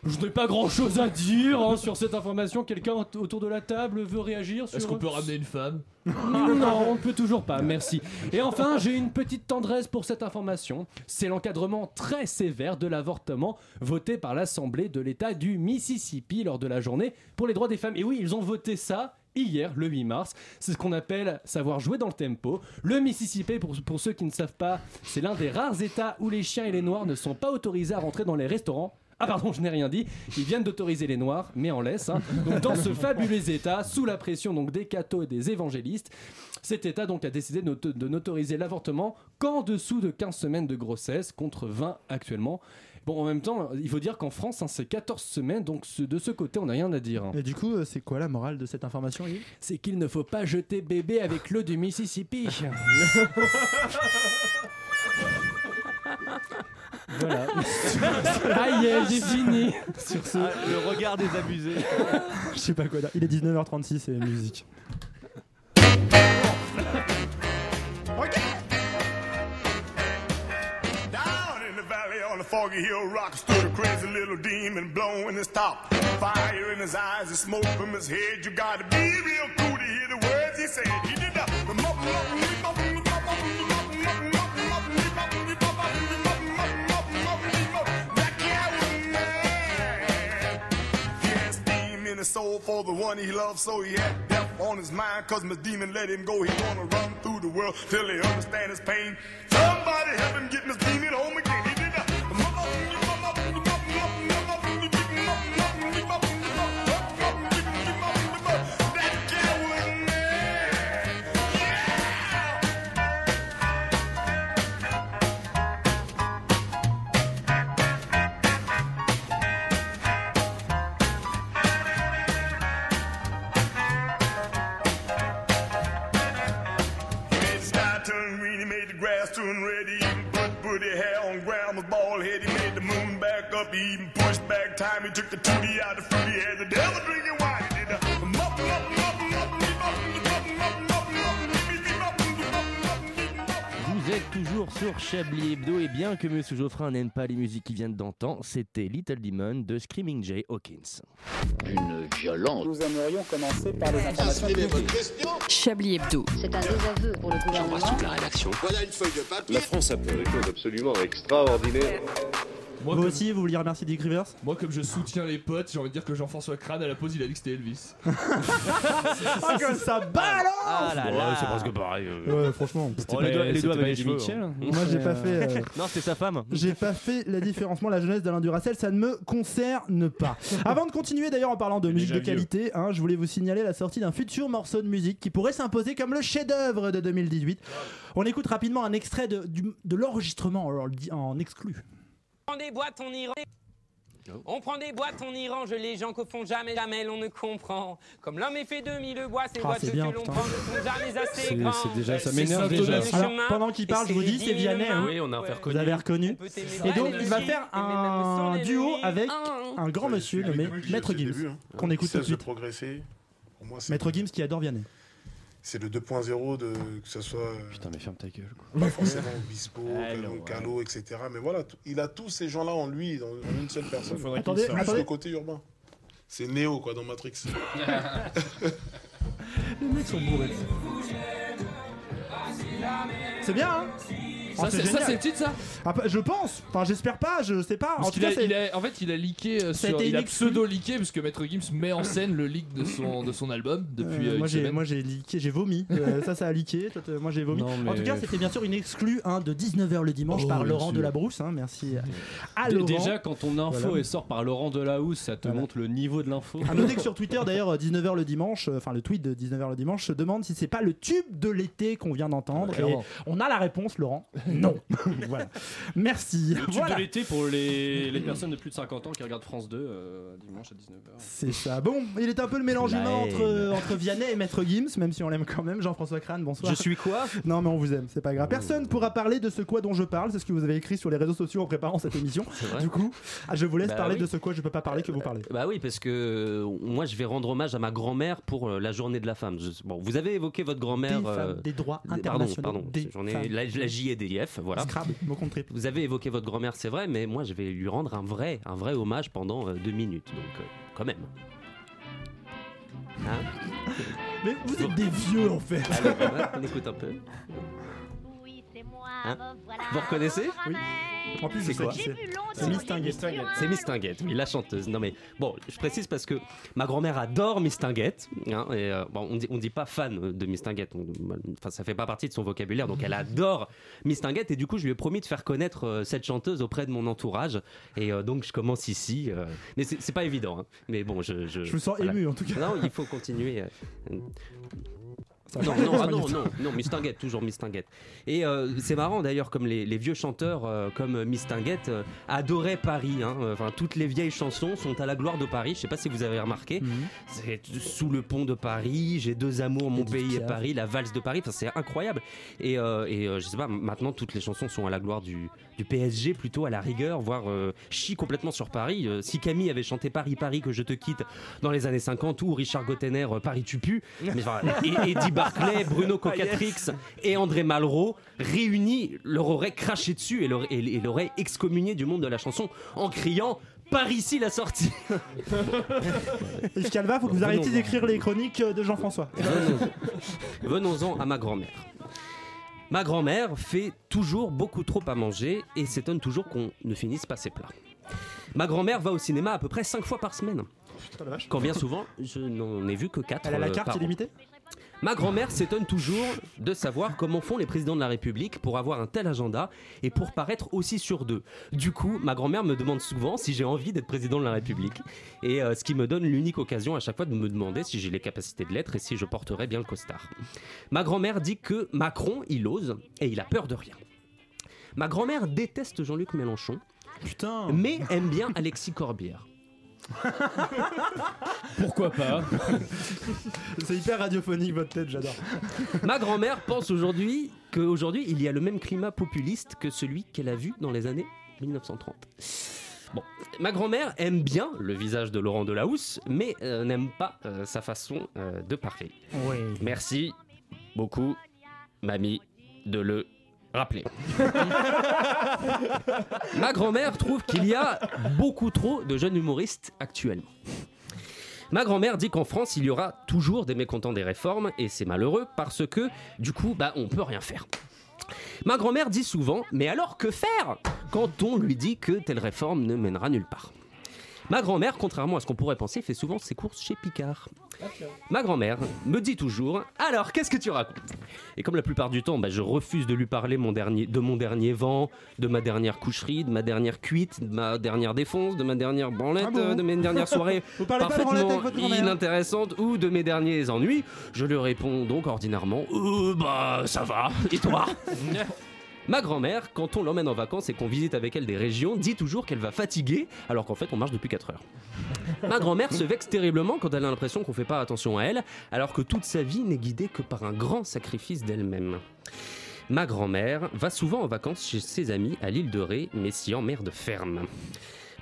Je n'ai pas grand chose à dire hein, sur cette information. Quelqu'un aut- autour de la table veut réagir sur... Est-ce qu'on peut ramener une femme Non, on ne peut toujours pas, merci. Et enfin, j'ai une petite tendresse pour cette information. C'est l'encadrement très sévère de l'avortement voté par l'Assemblée de l'État du Mississippi lors de la journée pour les droits des femmes. Et oui, ils ont voté ça. hier, le 8 mars. C'est ce qu'on appelle savoir jouer dans le tempo. Le Mississippi, pour, pour ceux qui ne savent pas, c'est l'un des rares États où les chiens et les noirs ne sont pas autorisés à rentrer dans les restaurants. Ah pardon, je n'ai rien dit. Ils viennent d'autoriser les noirs, mais en laisse. hein. Donc dans ce fabuleux État, sous la pression donc des cathos et des évangélistes, cet État donc a décidé de n'auto- de n'autoriser l'avortement qu'en dessous de 15 semaines de grossesse, contre 20 actuellement. Bon, en même temps, il faut dire qu'en France, hein, c'est 14 semaines, donc ce- de ce côté, on n'a rien à dire. hein. Et du coup, euh, c'est quoi la morale de cette information Yves C'est qu'il ne faut pas jeter bébé avec l'eau du Mississippi. voilà. Aïe, j'ai fini. Sur ce, Ah, le regard des abusés. je sais pas quoi dire. Il est 19h36 et musique. Down in the valley on the foggy hill rock stood a crazy little demon blowing his top. Fire in his eyes and smoke from his head. You gotta be real cool to hear the words he said. He did the the mop, mop, mop, mop, mop, mop, mop, mop, mop, mop, mop, mop, mop, mop, mop, mop, mop, mop, mop. That coward man. Yes, demon his soul for the one he loves, so he had death on his mind. Cause my demon let him go. He gonna run through the world till he understand his pain. Somebody help him get this demon home again. He did the Made the sky turn green, he made the grass turn red, he even put booty hair on grandma's bald head, he made the moon back up, he even pushed back time, he took the tootie out of fruity, had the devil drinking wine, he did a mup, mup, mup, mup, mup, mup, mup, mup, mup, Vous êtes toujours sur Chablis Hebdo et bien que Monsieur Geoffrin n'aime pas les musiques qui viennent d'antan, c'était Little Demon de Screaming Jay Hawkins. Une violence. Nous aimerions commencer par les informations publiques. Chablis Hebdo. C'est un désaveu pour le gouvernement. toute la rédaction. Voilà une feuille de papier. La France a fait des choses absolument extraordinaires. vous aussi, vous vouliez remercier Dick Rivers Moi, comme je soutiens les potes, j'ai envie de dire que Jean-François Crane à la pause, il a dit que c'était Elvis. Ah, comme ça balance Ah là là. c'est presque pareil. Ouais, franchement. Oh, les doigts- les doigts avec les cheveux, hein. Moi, j'ai pas fait. euh, Non, c'est sa femme. J'ai pas fait la différence. Moi, la jeunesse d'Alain Duracel, ça ne me concerne pas. Avant de continuer, d'ailleurs, en parlant de musique de déjà vieux. qualité, hein, je voulais vous signaler la sortie d'un futur morceau de musique qui pourrait s'imposer comme le chef-d'œuvre de 2018. On écoute rapidement un extrait de, du- de l'enregistrement alors, le dit- en exclu. On prend des boîtes, on y range. On prend des boîtes, on y range les gens qu'au fond jamais, jamais l'on ne comprend. Comme l'homme est fait de mille bois, ces Ah, boîtes c'est bien, que l'on putain. prend ne sont jamais assez C'est- grandes. c'est déjà- ça Elles m'énerve sont déjà. sur le Alors, chemin, pendant qu'il et parle, je c'est vous dis, les c'est Vianney. hein. Oui, on a fait Vous avez reconnu. t'aimer Et dans donc, la il va vie, faire mais même un duo avec un grand monsieur nommé Maître Gims, hein. hein. qu'on écoute tout de suite. progresser. Pour moi, c'est- Maître Gims qui adore Vianney. C'est le 2.0 de que ce soit. Putain, mais ferme ta gueule. Pas forcément Obispo, Calon, Calo, etc. Mais voilà, tout- il a tous ces gens-là en lui, dans, en une seule personne. Faudrait qu'il Attendez, sorte. Plus attendez. le côté urbain. C'est Néo, quoi, dans Matrix. Ah, Les mecs sont bourrés. C'est bien, hein Ça, c'est- ça, génial. c'est le titre, ça Ah, bah, Je pense. Enfin, j'espère pas, je sais pas. Parce en tout qu'il cas, a- c'est- il a- en fait, il a leaké, euh, Ça a sur- été il a inexclu. pseudo leaké parce que Maître Gims met en scène le leak de son de son album depuis Euh, euh, moi une j'ai semaine. moi j'ai liqué, j'ai vomi. Euh, ça ça a liqué. Toi, t'as- moi j'ai vomi. Non, En mais- tout cas, c'était bien sûr une exclue hein, de 19h le dimanche Oh, par bien Laurent sûr. Delabrousse. hein, merci à Dé- Laurent. Déjà, quand ton info Voilà. est sort par Laurent Delahousse, ça te montre le niveau de l'info. À noter que sur Twitter, d'ailleurs, 19h le dimanche, euh, enfin le tweet de 19h le dimanche se demande si c'est pas le tube de l'été qu'on vient d'entendre. Ah, Et clairement. on a la réponse, Laurent. Non. voilà. Merci. Le tube Voilà. de l'été pour les, les personnes de plus de 50 ans qui regardent France 2 euh, dimanche à 19h. C'est ça. Bon, il est un peu le mélange La humain haine. entre, euh, entre Vianney et Maître Gims, même si on l'aime quand même. Jean-François Crane, bonsoir. Je suis quoi Non, mais on vous aime, c'est pas grave. Personne pourra parler de ce quoi dont je parle, c'est ce que vous avez écrit sur les réseaux sociaux en préparant cette émission. vrai. Du coup, ah, je vous laisse Bah parler oui. de ce quoi je peux pas parler que vous parlez. Bah oui, parce que euh, moi je vais rendre hommage à ma grand-mère pour euh, la journée de la femme. Je- bon, vous avez évoqué votre grand-mère. Des femmes, des droits Euh, pardon, internationaux, pardon. des J'en ai femmes. la, la J et des IF, voilà. Scrabble, mot contre triple. Vous avez évoqué votre grand-mère, c'est vrai, mais moi je vais lui rendre un vrai, un vrai hommage pendant euh, deux minutes, donc euh, quand même. Hein Ah, Mais vous êtes des vieux en fait. Allez, voilà, on écoute un peu. Hein vous reconnaissez Oui. En plus, je C'est sais quoi qui c'est. C'est Miss Tinguette. C'est Miss Tinguette, oui, la chanteuse. Non mais bon, je précise parce que ma grand-mère adore Miss Tinguette. hein, et, euh, bon, on dit, on dit pas fan euh, de Miss Tinguette. on- Enfin, ça fait pas partie de son vocabulaire. Donc elle adore Miss Tinguette et du coup, je lui ai promis de faire connaître euh, cette chanteuse auprès de mon entourage. Et euh, donc je commence ici. euh, mais c'est c'est pas évident. hein. Mais bon, je, je. Je me sens ému, en tout cas. Non, il faut continuer. euh, non, va. non, ah non, non, non, Miss Tinguette, toujours Miss Tinguette. Et euh, c'est marrant d'ailleurs, comme les, les vieux chanteurs euh, comme Miss Tinguette euh, adoraient Paris. hein. Enfin, toutes les vieilles chansons sont à la gloire de Paris. Je sais pas si vous avez remarqué. Mhm. C'est sous le pont de Paris, j'ai deux amours, mon pays et Piaf. Paris, la valse de Paris. Enfin, c'est incroyable. Et, euh, et, euh, je sais pas, maintenant toutes les chansons sont à la gloire du, du PSG plutôt à la rigueur, voire euh, chie complètement sur Paris. Euh, si Camille avait chanté Paris, Paris, que je te quitte dans les années 50 ou Richard Gottener, euh, Paris tu pues, mais enfin, et Eddie Barclay, Bruno Cocatrix et André Malraux réunis leur auraient craché dessus et leur, et, et l'auraient excommunié du monde de la chanson en criant par ici la sortie. Yves Calva, faut que vous Bon, arrêtiez non. d'écrire les chroniques euh, de Jean-François. Venons-en à ma grand-mère. Ma grand-mère fait toujours beaucoup trop à manger et s'étonne toujours qu'on ne finisse pas ses plats. Ma grand-mère va au cinéma à peu près 5 fois par semaine. Putain, la vache. Quand bien souvent, je n'en ai vu que euh, 4. Elle a la carte illimitée Ma grand-mère s'étonne toujours de savoir comment font les présidents de la République pour avoir un tel agenda et pour paraître aussi sur deux. Du coup, ma grand-mère me demande souvent si j'ai envie d'être président de la République. Et euh, ce qui me donne l'unique occasion à chaque fois de me demander si j'ai les capacités de l'être et si je porterai bien le costard. Ma grand-mère dit que Macron, il ose et il a peur de rien. Ma grand-mère déteste Jean-Luc Mélenchon. Mais aime bien Alexis Corbière. Pourquoi pas C'est hyper radiophonique votre tête, j'adore. Ma grand-mère pense aujourd'hui qu'aujourd'hui, il y a le même climat populiste que celui qu'elle a vu dans les années 1930. Bon, ma grand-mère aime bien le visage de Laurent Delahousse, mais euh, n'aime pas euh, sa façon euh, de parler. Merci beaucoup, mamie, de le rappeler. Ma grand-mère trouve qu'il y a beaucoup trop de jeunes humoristes actuellement. Ma grand-mère dit qu'en France, il y aura toujours des mécontents des réformes, et c'est malheureux parce que, du coup, bah, on peut rien faire. Ma grand-mère dit souvent, mais alors que faire quand on lui dit que telle réforme ne mènera nulle part Ma grand-mère, contrairement à ce qu'on pourrait penser, fait souvent ses courses chez Picard. Ma grand-mère me dit toujours Alors, qu'est-ce que tu racontes Et comme la plupart du temps, bah, je refuse de lui parler mon dernier, de mon dernier vent, de ma dernière coucherie, de ma dernière cuite, de ma dernière défonce, de ma dernière branlette, Ah bon euh, de mes dernières soirées Vous parlez pas de branlette parfaitement avec votre grand-mère inintéressantes ou de mes derniers ennuis. Je lui réponds donc ordinairement Euh, Bah, ça va, et toi Ma grand-mère, quand on l'emmène en vacances et qu'on visite avec elle des régions, dit toujours qu'elle va fatiguer, alors qu'en fait on marche depuis 4 heures. Ma grand-mère se vexe terriblement quand elle a l'impression qu'on fait pas attention à elle, alors que toute sa vie n'est guidée que par un grand sacrifice d'elle-même. Ma grand-mère va souvent en vacances chez ses amis à l'île de Ré, mais s'y emmerde ferme.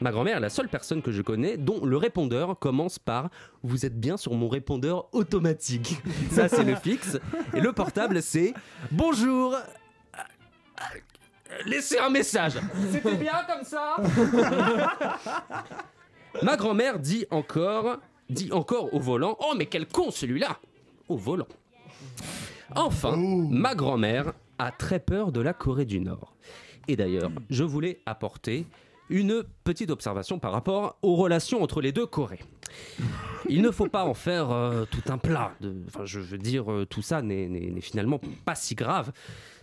Ma grand-mère est la seule personne que je connais dont le répondeur commence par Vous êtes bien sur mon répondeur automatique. Ça, c'est le fixe. Et le portable, c'est Bonjour Laissez un message C'était bien comme ça Ma grand-mère dit encore, dit encore au volant, oh mais quel con celui-là Au volant. Enfin, ma grand-mère a très peur de la Corée du Nord. Et d'ailleurs, je voulais apporter une petite observation par rapport aux relations entre les deux Corées. Il ne faut pas en faire euh, tout un plat. de- Enfin, je veux dire, euh, tout ça n'est- n'est n'est finalement pas si grave.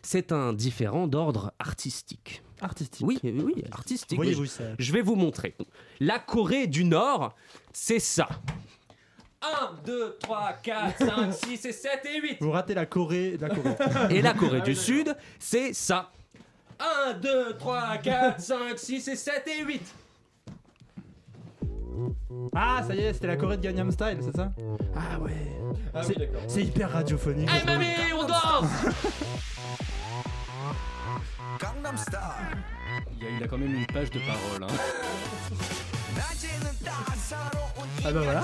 C'est un différent d'ordre artistique. Artistique. Oui, oui, oui, artistique. Voyez-vous Je- ça. Je vais vous montrer. La Corée du Nord, c'est ça. Ah, 1, 2, 3, 4, 5, 6 et 7 et 8. Vous ratez la Corée, la Corée. Et la Corée du Sud, c'est ça. 1, 2, 3, 4, 5, 6 et 7 et 8 Ah, ça y est, c'était la Corée de Gangnam Style, c'est ça Ah ouais. C'est- c'est hyper radiophonique. Allez mamie, on danse Il y a eu là quand même une page de parole. hein. 낮에는 따 Ah bah voilà.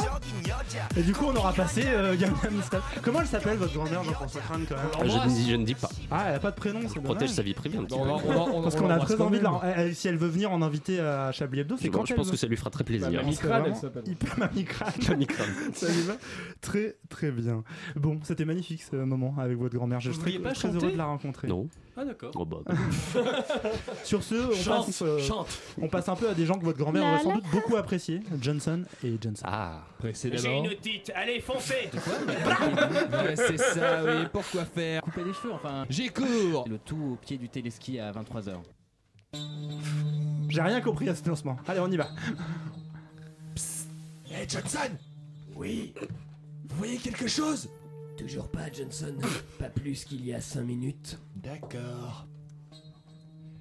Et du coup, on aura passé euh, Gangnam Style. Comment elle s'appelle votre grand-mère, Jean-François Crane, quand Je, même ne dis- je ne dis pas. Ah, elle a pas de prénom, c'est Protège dommage. sa vie privée un petit Non, peu. non, on- on- Parce qu'on a très envie de la. elle- elle- Si elle veut venir en inviter euh, à Chablis Hebdo, Je- c'est quand je elle pense veut. que ça lui fera très plaisir. Bah, Mamie c'est Crane, elle vraiment s'appelle. Hyper Mamie Crane. Mamie Crane. Ça lui va Très, très bien. Bon, c'était magnifique ce moment avec votre grand-mère. Je Vous suis vouliez très, pas très chanter heureux de la rencontrer. Non. Ah, d'accord. Oh, bah. Sur ce, on, Chante, passe, euh, chante. on passe un peu à des gens que votre grand-mère La, aurait sans la, doute beaucoup apprécié Johnson et Johnson. Ah, J'ai une otite, allez foncez Ouais, c'est ça, oui, pourquoi faire Couper les cheveux, enfin. J'ai cours Le tout au pied du téléski à 23h. J'ai rien compris à ce lancement. Allez, on y va. Hey Johnson Oui Vous voyez quelque chose Toujours pas, Johnson. Pas plus qu'il y a 5 minutes. D'accord.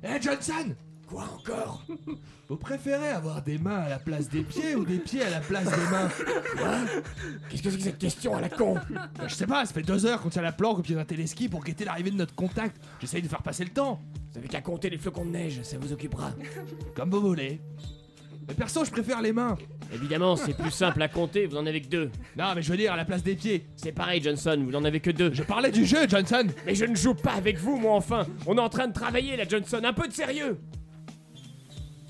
Eh Johnson Quoi encore Vous préférez avoir des mains à la place des pieds ou des pieds à la place des mains Qu'est-ce que c'est que cette question à la con Bah, Je sais pas, ça fait deux heures qu'on tient la planque au pied d'un téléski pour guetter l'arrivée de notre contact. J'essaye de faire passer le temps. Vous avez qu'à compter les flocons de neige, ça vous occupera. Comme vous voulez. Mais perso, je préfère les mains. Évidemment, c'est plus simple à compter, vous en avez que deux. Non, mais je veux dire, à la place des pieds. C'est pareil, Johnson, vous n'en avez que deux. Je parlais du jeu, Johnson Mais je ne joue pas avec vous, moi, enfin On est en train de travailler, là, Johnson, un peu de sérieux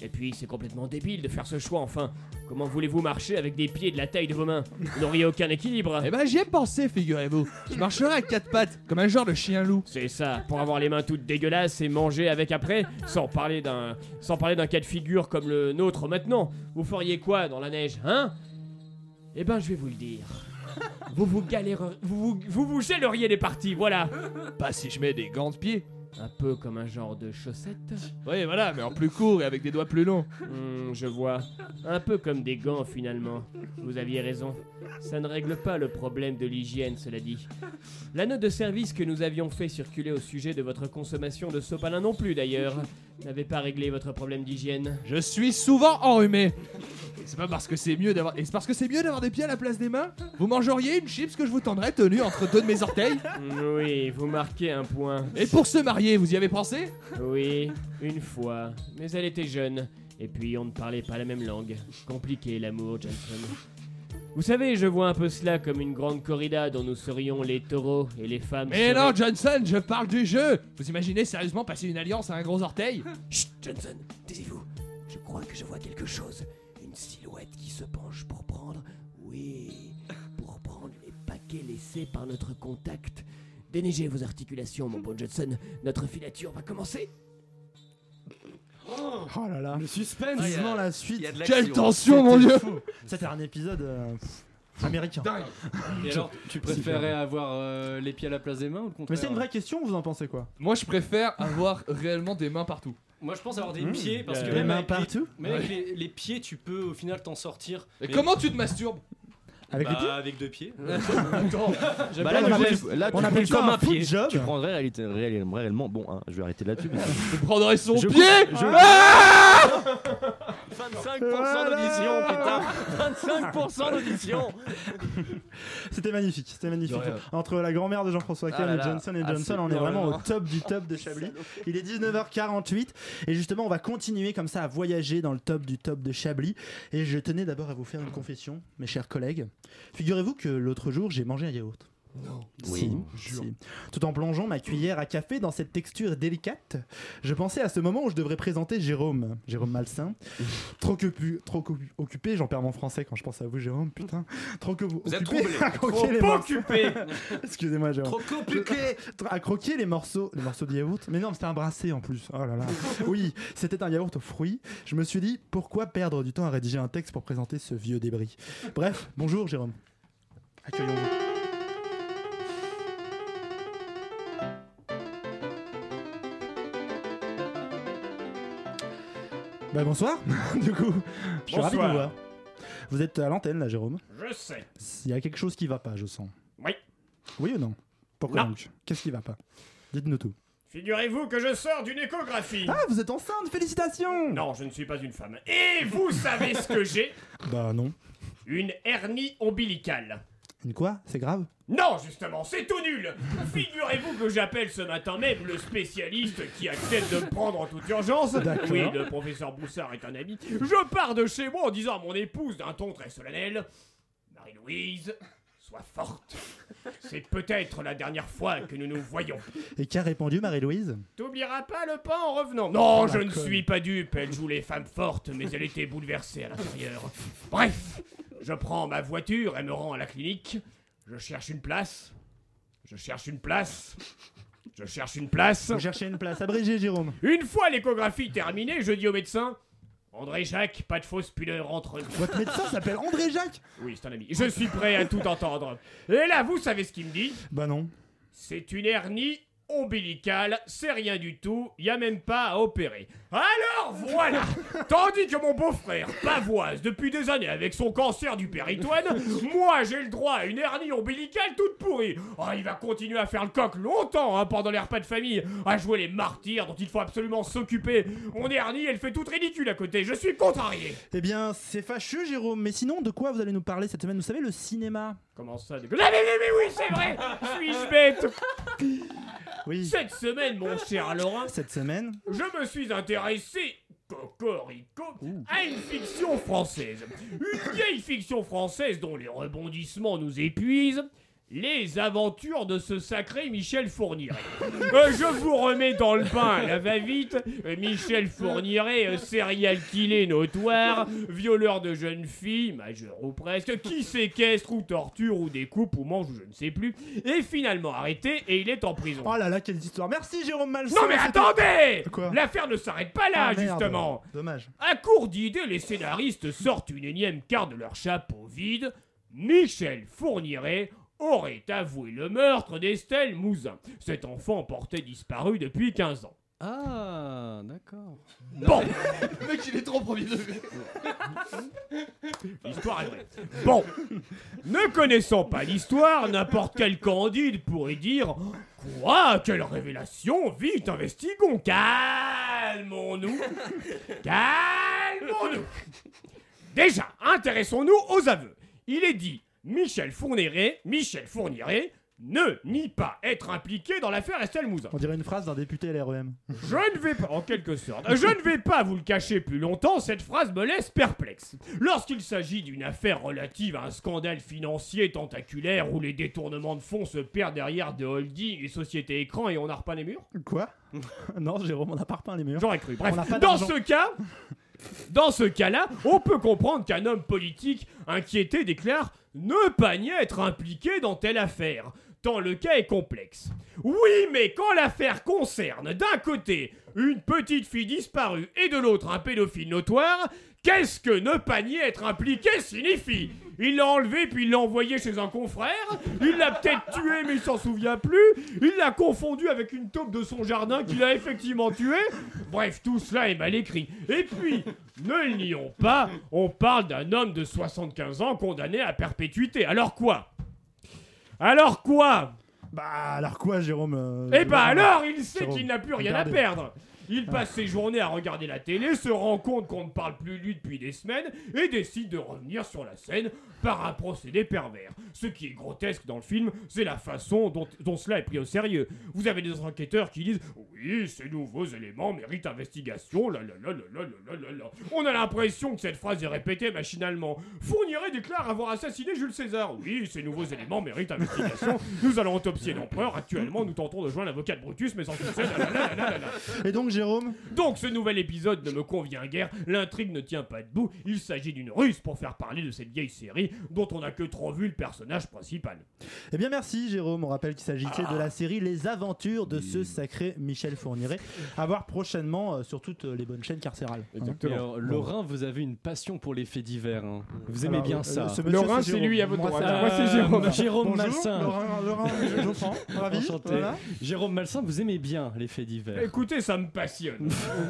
Et puis, c'est complètement débile de faire ce choix, enfin Comment voulez-vous marcher avec des pieds de la taille de vos mains Vous n'auriez aucun équilibre Eh ben, j'y ai pensé, figurez-vous. Je marcherai à quatre pattes, comme un genre de chien loup. C'est ça, pour avoir les mains toutes dégueulasses et manger avec après, sans parler d'un sans parler d'un cas de figure comme le nôtre maintenant, vous feriez quoi dans la neige, hein Eh ben, je vais vous le dire. Vous vous galérez, vous vous, vous vous gèleriez les parties, voilà. Pas si je mets des gants de pied. Un peu comme un genre de chaussette. Oui, voilà, mais en plus court et avec des doigts plus longs. Hmm, je vois. Un peu comme des gants finalement. Vous aviez raison. Ça ne règle pas le problème de l'hygiène, cela dit. La note de service que nous avions fait circuler au sujet de votre consommation de sopalin non plus d'ailleurs n'avait pas réglé votre problème d'hygiène. Je suis souvent enrhumé. Et c'est pas parce que c'est mieux d'avoir. Et c'est parce que c'est mieux d'avoir des pieds à la place des mains Vous mangeriez une chips que je vous tendrais tenue entre deux de mes orteils Hmm, Oui, vous marquez un point. Et pour se marier, vous y avez pensé Oui, une fois. Mais elle était jeune. Et puis on ne parlait pas la même langue. Compliqué l'amour, Johnson. Vous savez, je vois un peu cela comme une grande corrida dont nous serions les taureaux et les femmes. Mais seraient- non, Johnson, je parle du jeu Vous imaginez sérieusement passer une alliance à un gros orteil Chut, Johnson Taisez-vous Je crois que je vois quelque chose. Une silhouette qui se penche pour prendre. Oui, pour prendre les paquets laissés par notre contact. Déneigez vos articulations, mon bon Johnson. Notre filature va commencer. Oh, là là, le suspense, Ah, y a- vivement la suite. y a de l'action. Quelle tension, mon Dieu. C'était un épisode euh, pff, américain. Et alors, tu préférais avoir euh, les pieds à la place des mains ou le Mais contraire c'est une vraie question, vous en pensez quoi Moi, je préfère avoir réellement des mains partout. Moi, je pense avoir des Mmh. pieds Euh, parce que Des même mains avec partout Les, même avec Ouais. les, les pieds, tu peux au final t'en sortir. Et Mais- comment tu te masturbes Avec Avec bah, les pieds Avec deux pieds. Attends. J'aime Bah pas là, le on geste. appelle- là, tu prends comme un foot job. Tu prendrais réalité- réel- réellement. Bon, hein, je vais arrêter là-dessus. mais- Je prendrais son Je- pied je- Ah 25% d'audition, putain. 25% d'audition C'était magnifique, c'était magnifique. De rien. Entre la grand-mère de Jean-François Kahn Ah là et là, Johnson et ah, Johnson, c'est on est vraiment au énorme. top du top de Chablis. Il est 19h48 et justement, on va continuer comme ça à voyager dans le top du top de Chablis. Et je tenais d'abord à vous faire une confession, mes chers collègues. Figurez-vous que l'autre jour, j'ai mangé un yaourt. Non. Oui. Tout en plongeant ma cuillère à café dans cette texture délicate, je pensais à ce moment où je devrais présenter Jérôme, Jérôme Malsain. trop que pu- trop que- occupé, j'en perds mon français quand je pense à vous, Jérôme, putain. Trop que vous Vous êtes occupé troublé. à croquer Trop les morceaux. occupé. Excusez-moi, Jérôme. Trop compliqué. Je- À croquer les morceaux, les morceaux de yaourt. Mais non, mais c'était un brassé en plus. Oh là là. Oui, c'était un yaourt aux fruits. Je me suis dit, pourquoi perdre du temps à rédiger un texte pour présenter ce vieux débris Bref, bonjour Jérôme. Accueillons-vous. Bah bonsoir, du coup. Je suis ravi de vous Bonsoir. voir. Vous êtes à l'antenne là, Jérôme. Je sais. Il y a quelque chose qui va pas, je sens. Oui. Oui ou non Pourquoi Non. donc Qu'est-ce qui va pas Dites-nous tout. Figurez-vous que je sors d'une échographie. Ah, vous êtes enceinte, félicitations Non, je ne suis pas une femme. Et vous savez ce que j'ai Bah non. Une hernie ombilicale. Une quoi C'est grave Non, justement, c'est tout nul Figurez-vous que j'appelle ce matin même le spécialiste qui accepte de me prendre en toute urgence. D'accord. Oui, le professeur Boussard est un ami. Je pars de chez moi en disant à mon épouse d'un ton très solennel Marie-Louise, sois forte. C'est peut-être la dernière fois que nous nous voyons. Et qu'a répondu Marie-Louise T'oublieras pas le pain en revenant. Non, Oh, je la ne conne. suis pas dupe. Elle joue les femmes fortes, mais elle était bouleversée à l'intérieur. Bref, je prends ma voiture et me rends à la clinique. Je cherche une place. Je cherche une place. Je cherche une place. Vous cherchez une place. Abrégé, Jérôme. Une fois l'échographie terminée, je dis au médecin André Jacques, pas de fausse pudeur entre nous. Votre médecin s'appelle André Jacques Oui, c'est un ami. Je suis prêt à tout entendre. Et là, vous savez ce qu'il me dit Bah non. c'est une hernie ombilicale, c'est rien du tout, y a même pas à opérer. Alors voilà Tandis que mon beau-frère, pavoise depuis des années avec son cancer du péritoine, moi j'ai le droit à une hernie ombilicale toute pourrie. Ah, il va continuer à faire le coq longtemps hein, pendant les repas de famille, à jouer les martyrs dont il faut absolument s'occuper. Mon hernie, elle fait toute ridicule à côté, je suis contrarié. Eh bien, c'est fâcheux, Jérôme. Mais sinon, de quoi vous allez nous parler cette semaine Vous savez, le cinéma. Comment ça dégueulasse Ah, mais, mais, mais oui, c'est vrai Suis-je bête Cette semaine, mon cher Laurent, Cette semaine je me suis intéressé, cocorico, à une fiction française. Une vieille fiction française dont les rebondissements nous épuisent. Les aventures de ce sacré Michel Fourniret. Euh, je vous remets dans le bain, la va-vite. Euh, Michel Fourniret, euh, serial killer notoire, violeur de jeunes filles, majeur ou presque, qui séquestre ou torture ou découpe ou mange ou je ne sais plus, est finalement arrêté et il est en prison. Oh là là, quelle histoire. Merci, Jérôme Malsain. Non mais C'était- attendez Quoi L'affaire ne s'arrête pas là, Ah, merde. justement Dommage. À court d'idées, les scénaristes sortent une énième carte de leur chapeau vide. Michel Fourniret aurait avoué le meurtre d'Estelle Mouzin. Cet enfant portait disparu depuis 15 ans. Ah, d'accord. Bon Le mec, il est trop premier degré. L'histoire est vraie. Bon, ne connaissant pas l'histoire, n'importe quel candide pourrait dire Quoi Quelle révélation Vite, investigons Calmons-nous Calmons-nous Déjà, intéressons-nous aux aveux. Il est dit Michel Fourniret, Michel Fourniret ne nie pas être impliqué dans l'affaire Estelle Mouzin. On dirait une phrase d'un député E LREM. Je ne vais pas, en quelque sorte, je ne vais pas vous le cacher plus longtemps, cette phrase me laisse perplexe. Lorsqu'il s'agit d'une affaire relative à un scandale financier tentaculaire où les détournements de fonds se perdent derrière des holdings et sociétés écrans et on a repeint les murs Quoi Non, Jérôme, on n'a pas repeint les murs. J'aurais cru. Bref, on n'a pas dans d'argent. ce cas, dans ce cas-là, on peut comprendre qu'un homme politique inquiété déclare ne pas nier être impliqué dans telle affaire, tant le cas est complexe. Oui, mais quand l'affaire concerne d'un côté une petite fille disparue et de l'autre un pédophile notoire, qu'est-ce que ne pas nier être impliqué signifie Il l'a enlevé puis il l'a envoyé chez un confrère, il l'a peut-être tué mais il s'en souvient plus, il l'a confondu avec une taupe de son jardin qu'il a effectivement tué. Bref, tout cela est mal écrit. Et puis, ne le nions pas, on parle d'un homme de 75 ans condamné à perpétuité. Alors quoi Alors quoi Bah, alors quoi, Jérôme euh, Eh ben Jérôme, alors, il sait Jérôme, qu'il n'a plus rien à regardez. perdre. Il passe ses journées à regarder la télé, se rend compte qu'on ne parle plus de lui depuis des semaines et décide de revenir sur la scène par un procédé pervers. Ce qui est grotesque dans le film, c'est la façon dont, dont cela est pris au sérieux. Vous avez des enquêteurs qui disent Oui, ces nouveaux éléments méritent investigation, la la la la la la la la la. On a l'impression que cette phrase est répétée machinalement. Fourniret déclare avoir assassiné Jules César. Oui, ces nouveaux éléments méritent investigation. Nous allons autopsier l'empereur. Actuellement, nous tentons de joindre l'avocat de Brutus, mais sans succès. La, la, la, la, la, la. Et donc, Jérôme Donc, ce nouvel épisode ne me convient guère. L'intrigue ne tient pas debout. Il s'agit d'une ruse pour faire parler de cette vieille série dont on n'a que trop vu le personnage principal. Eh bien, merci, Jérôme. On rappelle qu'il s'agissait Ah. de la série Les Aventures de ce sacré Michel Fourniret. À voir prochainement euh, sur toutes les bonnes chaînes carcérales. hein. Et alors, Laurent, vous avez une passion pour les faits divers. hein. Vous aimez Alors, bien euh, ça. ce monsieur, Laurent, c'est c'est lui, Jérôme. à votre Moi, droite. c'est- Moi, Euh, c'est Jérôme. Jérôme Bonjour, Malsain. Laurent- Laurent Geoffrand, ravi, Enchanté. voilà. Jérôme Malsain, vous aimez bien les faits divers. Écoutez, ça me passionne. passionne.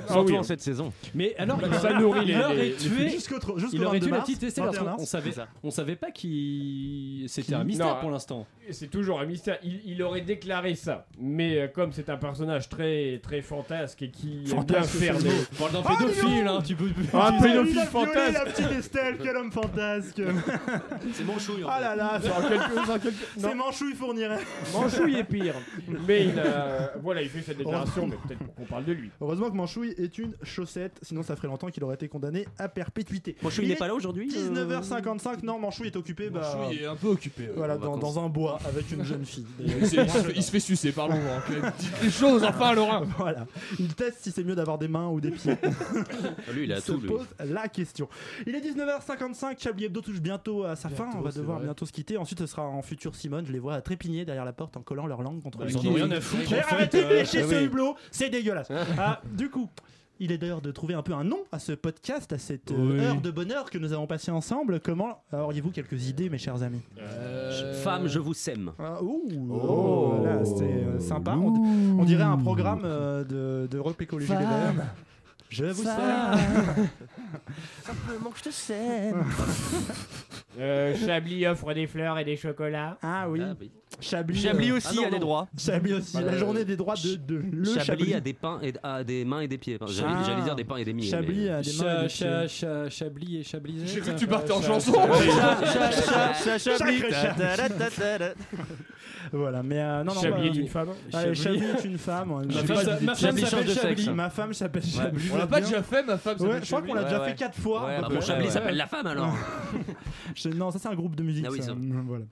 Ah Surtout en cette saison. Mais alors, il, ça nourrit les. il aurait les- tué, jusqu'au tro- jusqu'au il aurait 22 tué mars, la petite essai 21 parce qu'on mars. on savait, C'est ça. on savait pas qui. C'était un Qui- mystère Non, euh, pour l'instant. C'est toujours un mystère. Il, il aurait déclaré ça. Mais euh, comme c'est un personnage très, très fantasque et qui aime bien Fantasque, faire c'est des. beau. On parle d'un Ah, pédophile, dis donc hein, tu peux- Ah, Un Il a- pédophile il a violé fantasque. la petite Estelle, quel homme fantasque C'est Manchouille. Ah là là, Dans quelques- dans quelques- c'est non. Manchouille fournirait. Manchouille est pire. Mais il a- Euh, voilà, il fait cette déclaration, mais peut-être qu'on parle de lui. Heureusement que Manchouille est une chaussette, sinon ça ferait longtemps qu'il aurait été condamné à perpétuité. Manchouille Il n'est est pas là aujourd'hui, euh 19h55, non, Manchouille est occupé. bah, Manchouille est un peu occupé, ouais, voilà, en dans, vacances. dans un bois avec une jeune fille. Il se- il se fait- il se fait sucer, pardon, hein, quand même. Dites les choses, enfin, Laurent. Voilà. Il teste si c'est mieux d'avoir des mains ou des pieds. Ah, Ah, Lui, il a se tout, lui. pose la question. Il est 19h55, Chablis Hebdo touche bientôt à sa fin, on va c'est devoir vrai. bientôt se quitter. Ensuite, ce sera en futur Simone, je les vois trépigner derrière la porte en collant leur langue contre Bah, les ils en ont rien à foutre, Mais en fait, arrêtez de euh, lécher ah ce oui. hublot, c'est dégueulasse. Ah, du coup, il est d'ailleurs de trouver un peu un nom à ce podcast, à cette euh, Oui. heure de bonheur que nous avons passée ensemble. Comment auriez-vous quelques idées, mes chers amis Euh, Femme, je vous sème. Ah, Oh, voilà, c'est euh, sympa. On, on dirait un programme euh, de, de rock écologie. des Femme. Verts. Je vous Femme. salue. Simplement que je te sème. Euh, Chablis offre des fleurs et des chocolats. Ah oui. Chablis, Chablis euh, aussi ah non, a des non. droits. Chablis aussi. Voilà. La journée des droits de, de le Chablis, Chablis. a des, pains et, a des mains et des pieds. J'allais Ah. j'allais dire des pains et des milliers. Chablis a des mains et des Cha- cha- Chablis et Chablisette. J'ai cru que tu partais en Cha- chanson. Cha- cha- Cha- cha- cha- cha- Chablis. Sacré Chablis. Ta- ta- ta- ta- ta- Voilà, mais euh, non, non, Chablis bah, est une femme. Allez, Chablis. Chablis est une femme. on Ma n'a femme pas s'a- d'idée. ma femme Chablis s'appelle change de Chablis. sexe. hein. Ma femme s'appelle Ouais. Chablis. On l'a pas bien. déjà fait, ma femme Ouais, s'appelle je crois qu'on l'a Chablis. déjà Ouais, fait ouais. 4 fois. Ouais, à peu bah, près. bon, Chablis s'appelle la femme, alors. Je- Non, ça c'est un groupe de musique. Ah oui, ça. ça. Mm, voilà.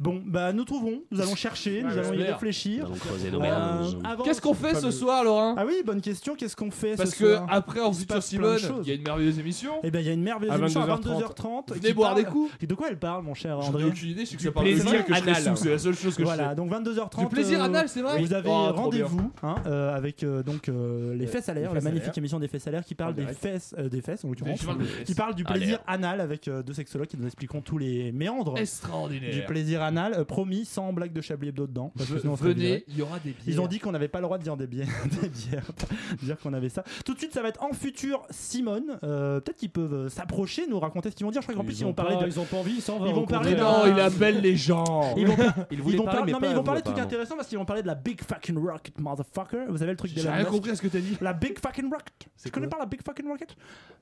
Bon, bah nous trouverons, nous allons chercher, nous Ouais, allons y j'espère. réfléchir. Nous allons creuser nos Euh, berges. avant- Qu'est-ce qu'on fait ce soir, Laurent Ah oui, bonne question. Qu'est-ce qu'on fait Parce ce que soir après en Il se futur passe plein de Simone, choses. il y a une merveilleuse émission. Eh bien, il y a une merveilleuse émission à 22h30. Venez qui boire parle- des coups. De quoi elle parle, mon cher J'en ai André aucune idée, je sais que Du ça parle de plaisir moi et que je serai anal. sous, c'est la seule chose que je Voilà, sais. donc 22h30. Du plaisir anal, c'est vrai euh, Vous avez Oh, trop bien. rendez-vous hein, euh, avec euh, donc euh, les Ouais, fesses à les l'air, la fesses à magnifique l'air. émission des fesses à l'air qui parle En des direct. fesses, euh, des fesses en l'occurrence, Qui parle des fesses. qui parle du À l'air. plaisir anal avec euh, deux sexologues qui nous expliqueront tous les méandres Extraordinaire. du plaisir anal. Euh, promis, sans blague de Chablis Hebdo dedans. parce que Ve- sinon on serait venez, viré. il y aura des bières. Ils ont dit qu'on n'avait pas le droit de dire des bières, des bières, dire qu'on avait ça. Tout de suite, ça va être en futur Simone. Euh, Peut-être qu'ils peuvent euh, s'approcher, nous raconter ce qu'ils vont dire. Je crois qu'en plus ils ont vont parler pas- de. ils ont pas envie, ils s'en vont Ils vont au parler. contraire. d'un- Non, il appelle les gens. Ils vont, par- Il ils voulait vont parler, parler- mais non, pas mais à ils vont vous, parler de trucs apparemment. intéressants parce qu'ils vont parler de la Big Fucking Rocket Motherfucker. Vous savez le truc de J'ai la. rien compris à ce que t'as dit. La Big Fucking Rocket. Tu connais pas la Big Fucking Rocket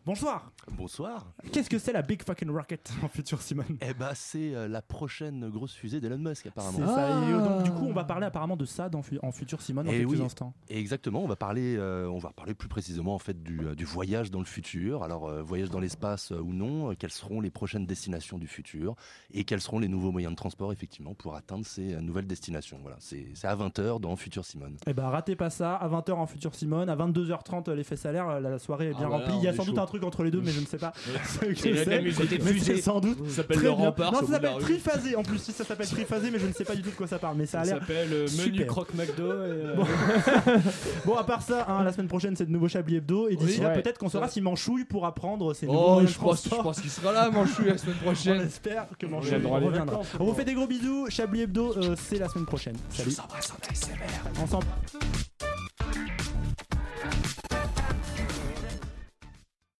Bonsoir. Bonsoir. Qu'est-ce que c'est la Big Fucking Rocket en futur Simone Eh bah, c'est euh, la prochaine grosse fusée d'Elon Musk, apparemment. C'est ça. Et, euh, donc, du coup, on va parler apparemment de ça dans fu- en futur Simone en Eh quelques oui, Ah. instants. et exactement, on va parler, euh, on va parler plus précisément en fait du, euh, du voyage dans le futur. Alors euh, voyage dans l'espace euh, ou non, euh, quelles seront les prochaines destinations du futur et quels seront les nouveaux moyens de transport effectivement pour atteindre ces euh, nouvelles destinations. Voilà, c'est c'est à 20h dans Futur Simone. Eh ben ratez pas ça, à 20h en Futur Simone, à 22h30 euh, les fesses à l'air, euh, la soirée est bien Ah bah là, remplie. Il y a on est sans doute chaud. un truc entre les deux, mais je ne sais pas. ce que Il y a de la c'est. musique, des mais fusées. c'est sans doute. Ça s'appelle très le bien. rempart, Non, c'est au ça bout de la s'appelle rue. triphasé. En plus, si ça s'appelle triphasé, mais je ne sais pas du tout de quoi ça parle. Mais ça a Ça l'air. s'appelle euh, menu super. croque McDo. et, euh, Bon. Bon, à part ça, hein, la semaine prochaine, c'est de nouveau Chablis Hebdo. Et d'ici Oui. là, Ouais. peut-être qu'on saura si Manchouille pour apprendre hein, ses Oh, nouveaux moyens je de pense- transport. je pense qu'il sera là, Manchouille, la semaine prochaine. On espère que On Manchouille a le droit à des reviendra. vacances, On vous fait des gros bisous. Chablis Hebdo, euh, c'est la semaine prochaine. Salut. embrasse en ASMR. Ensemble.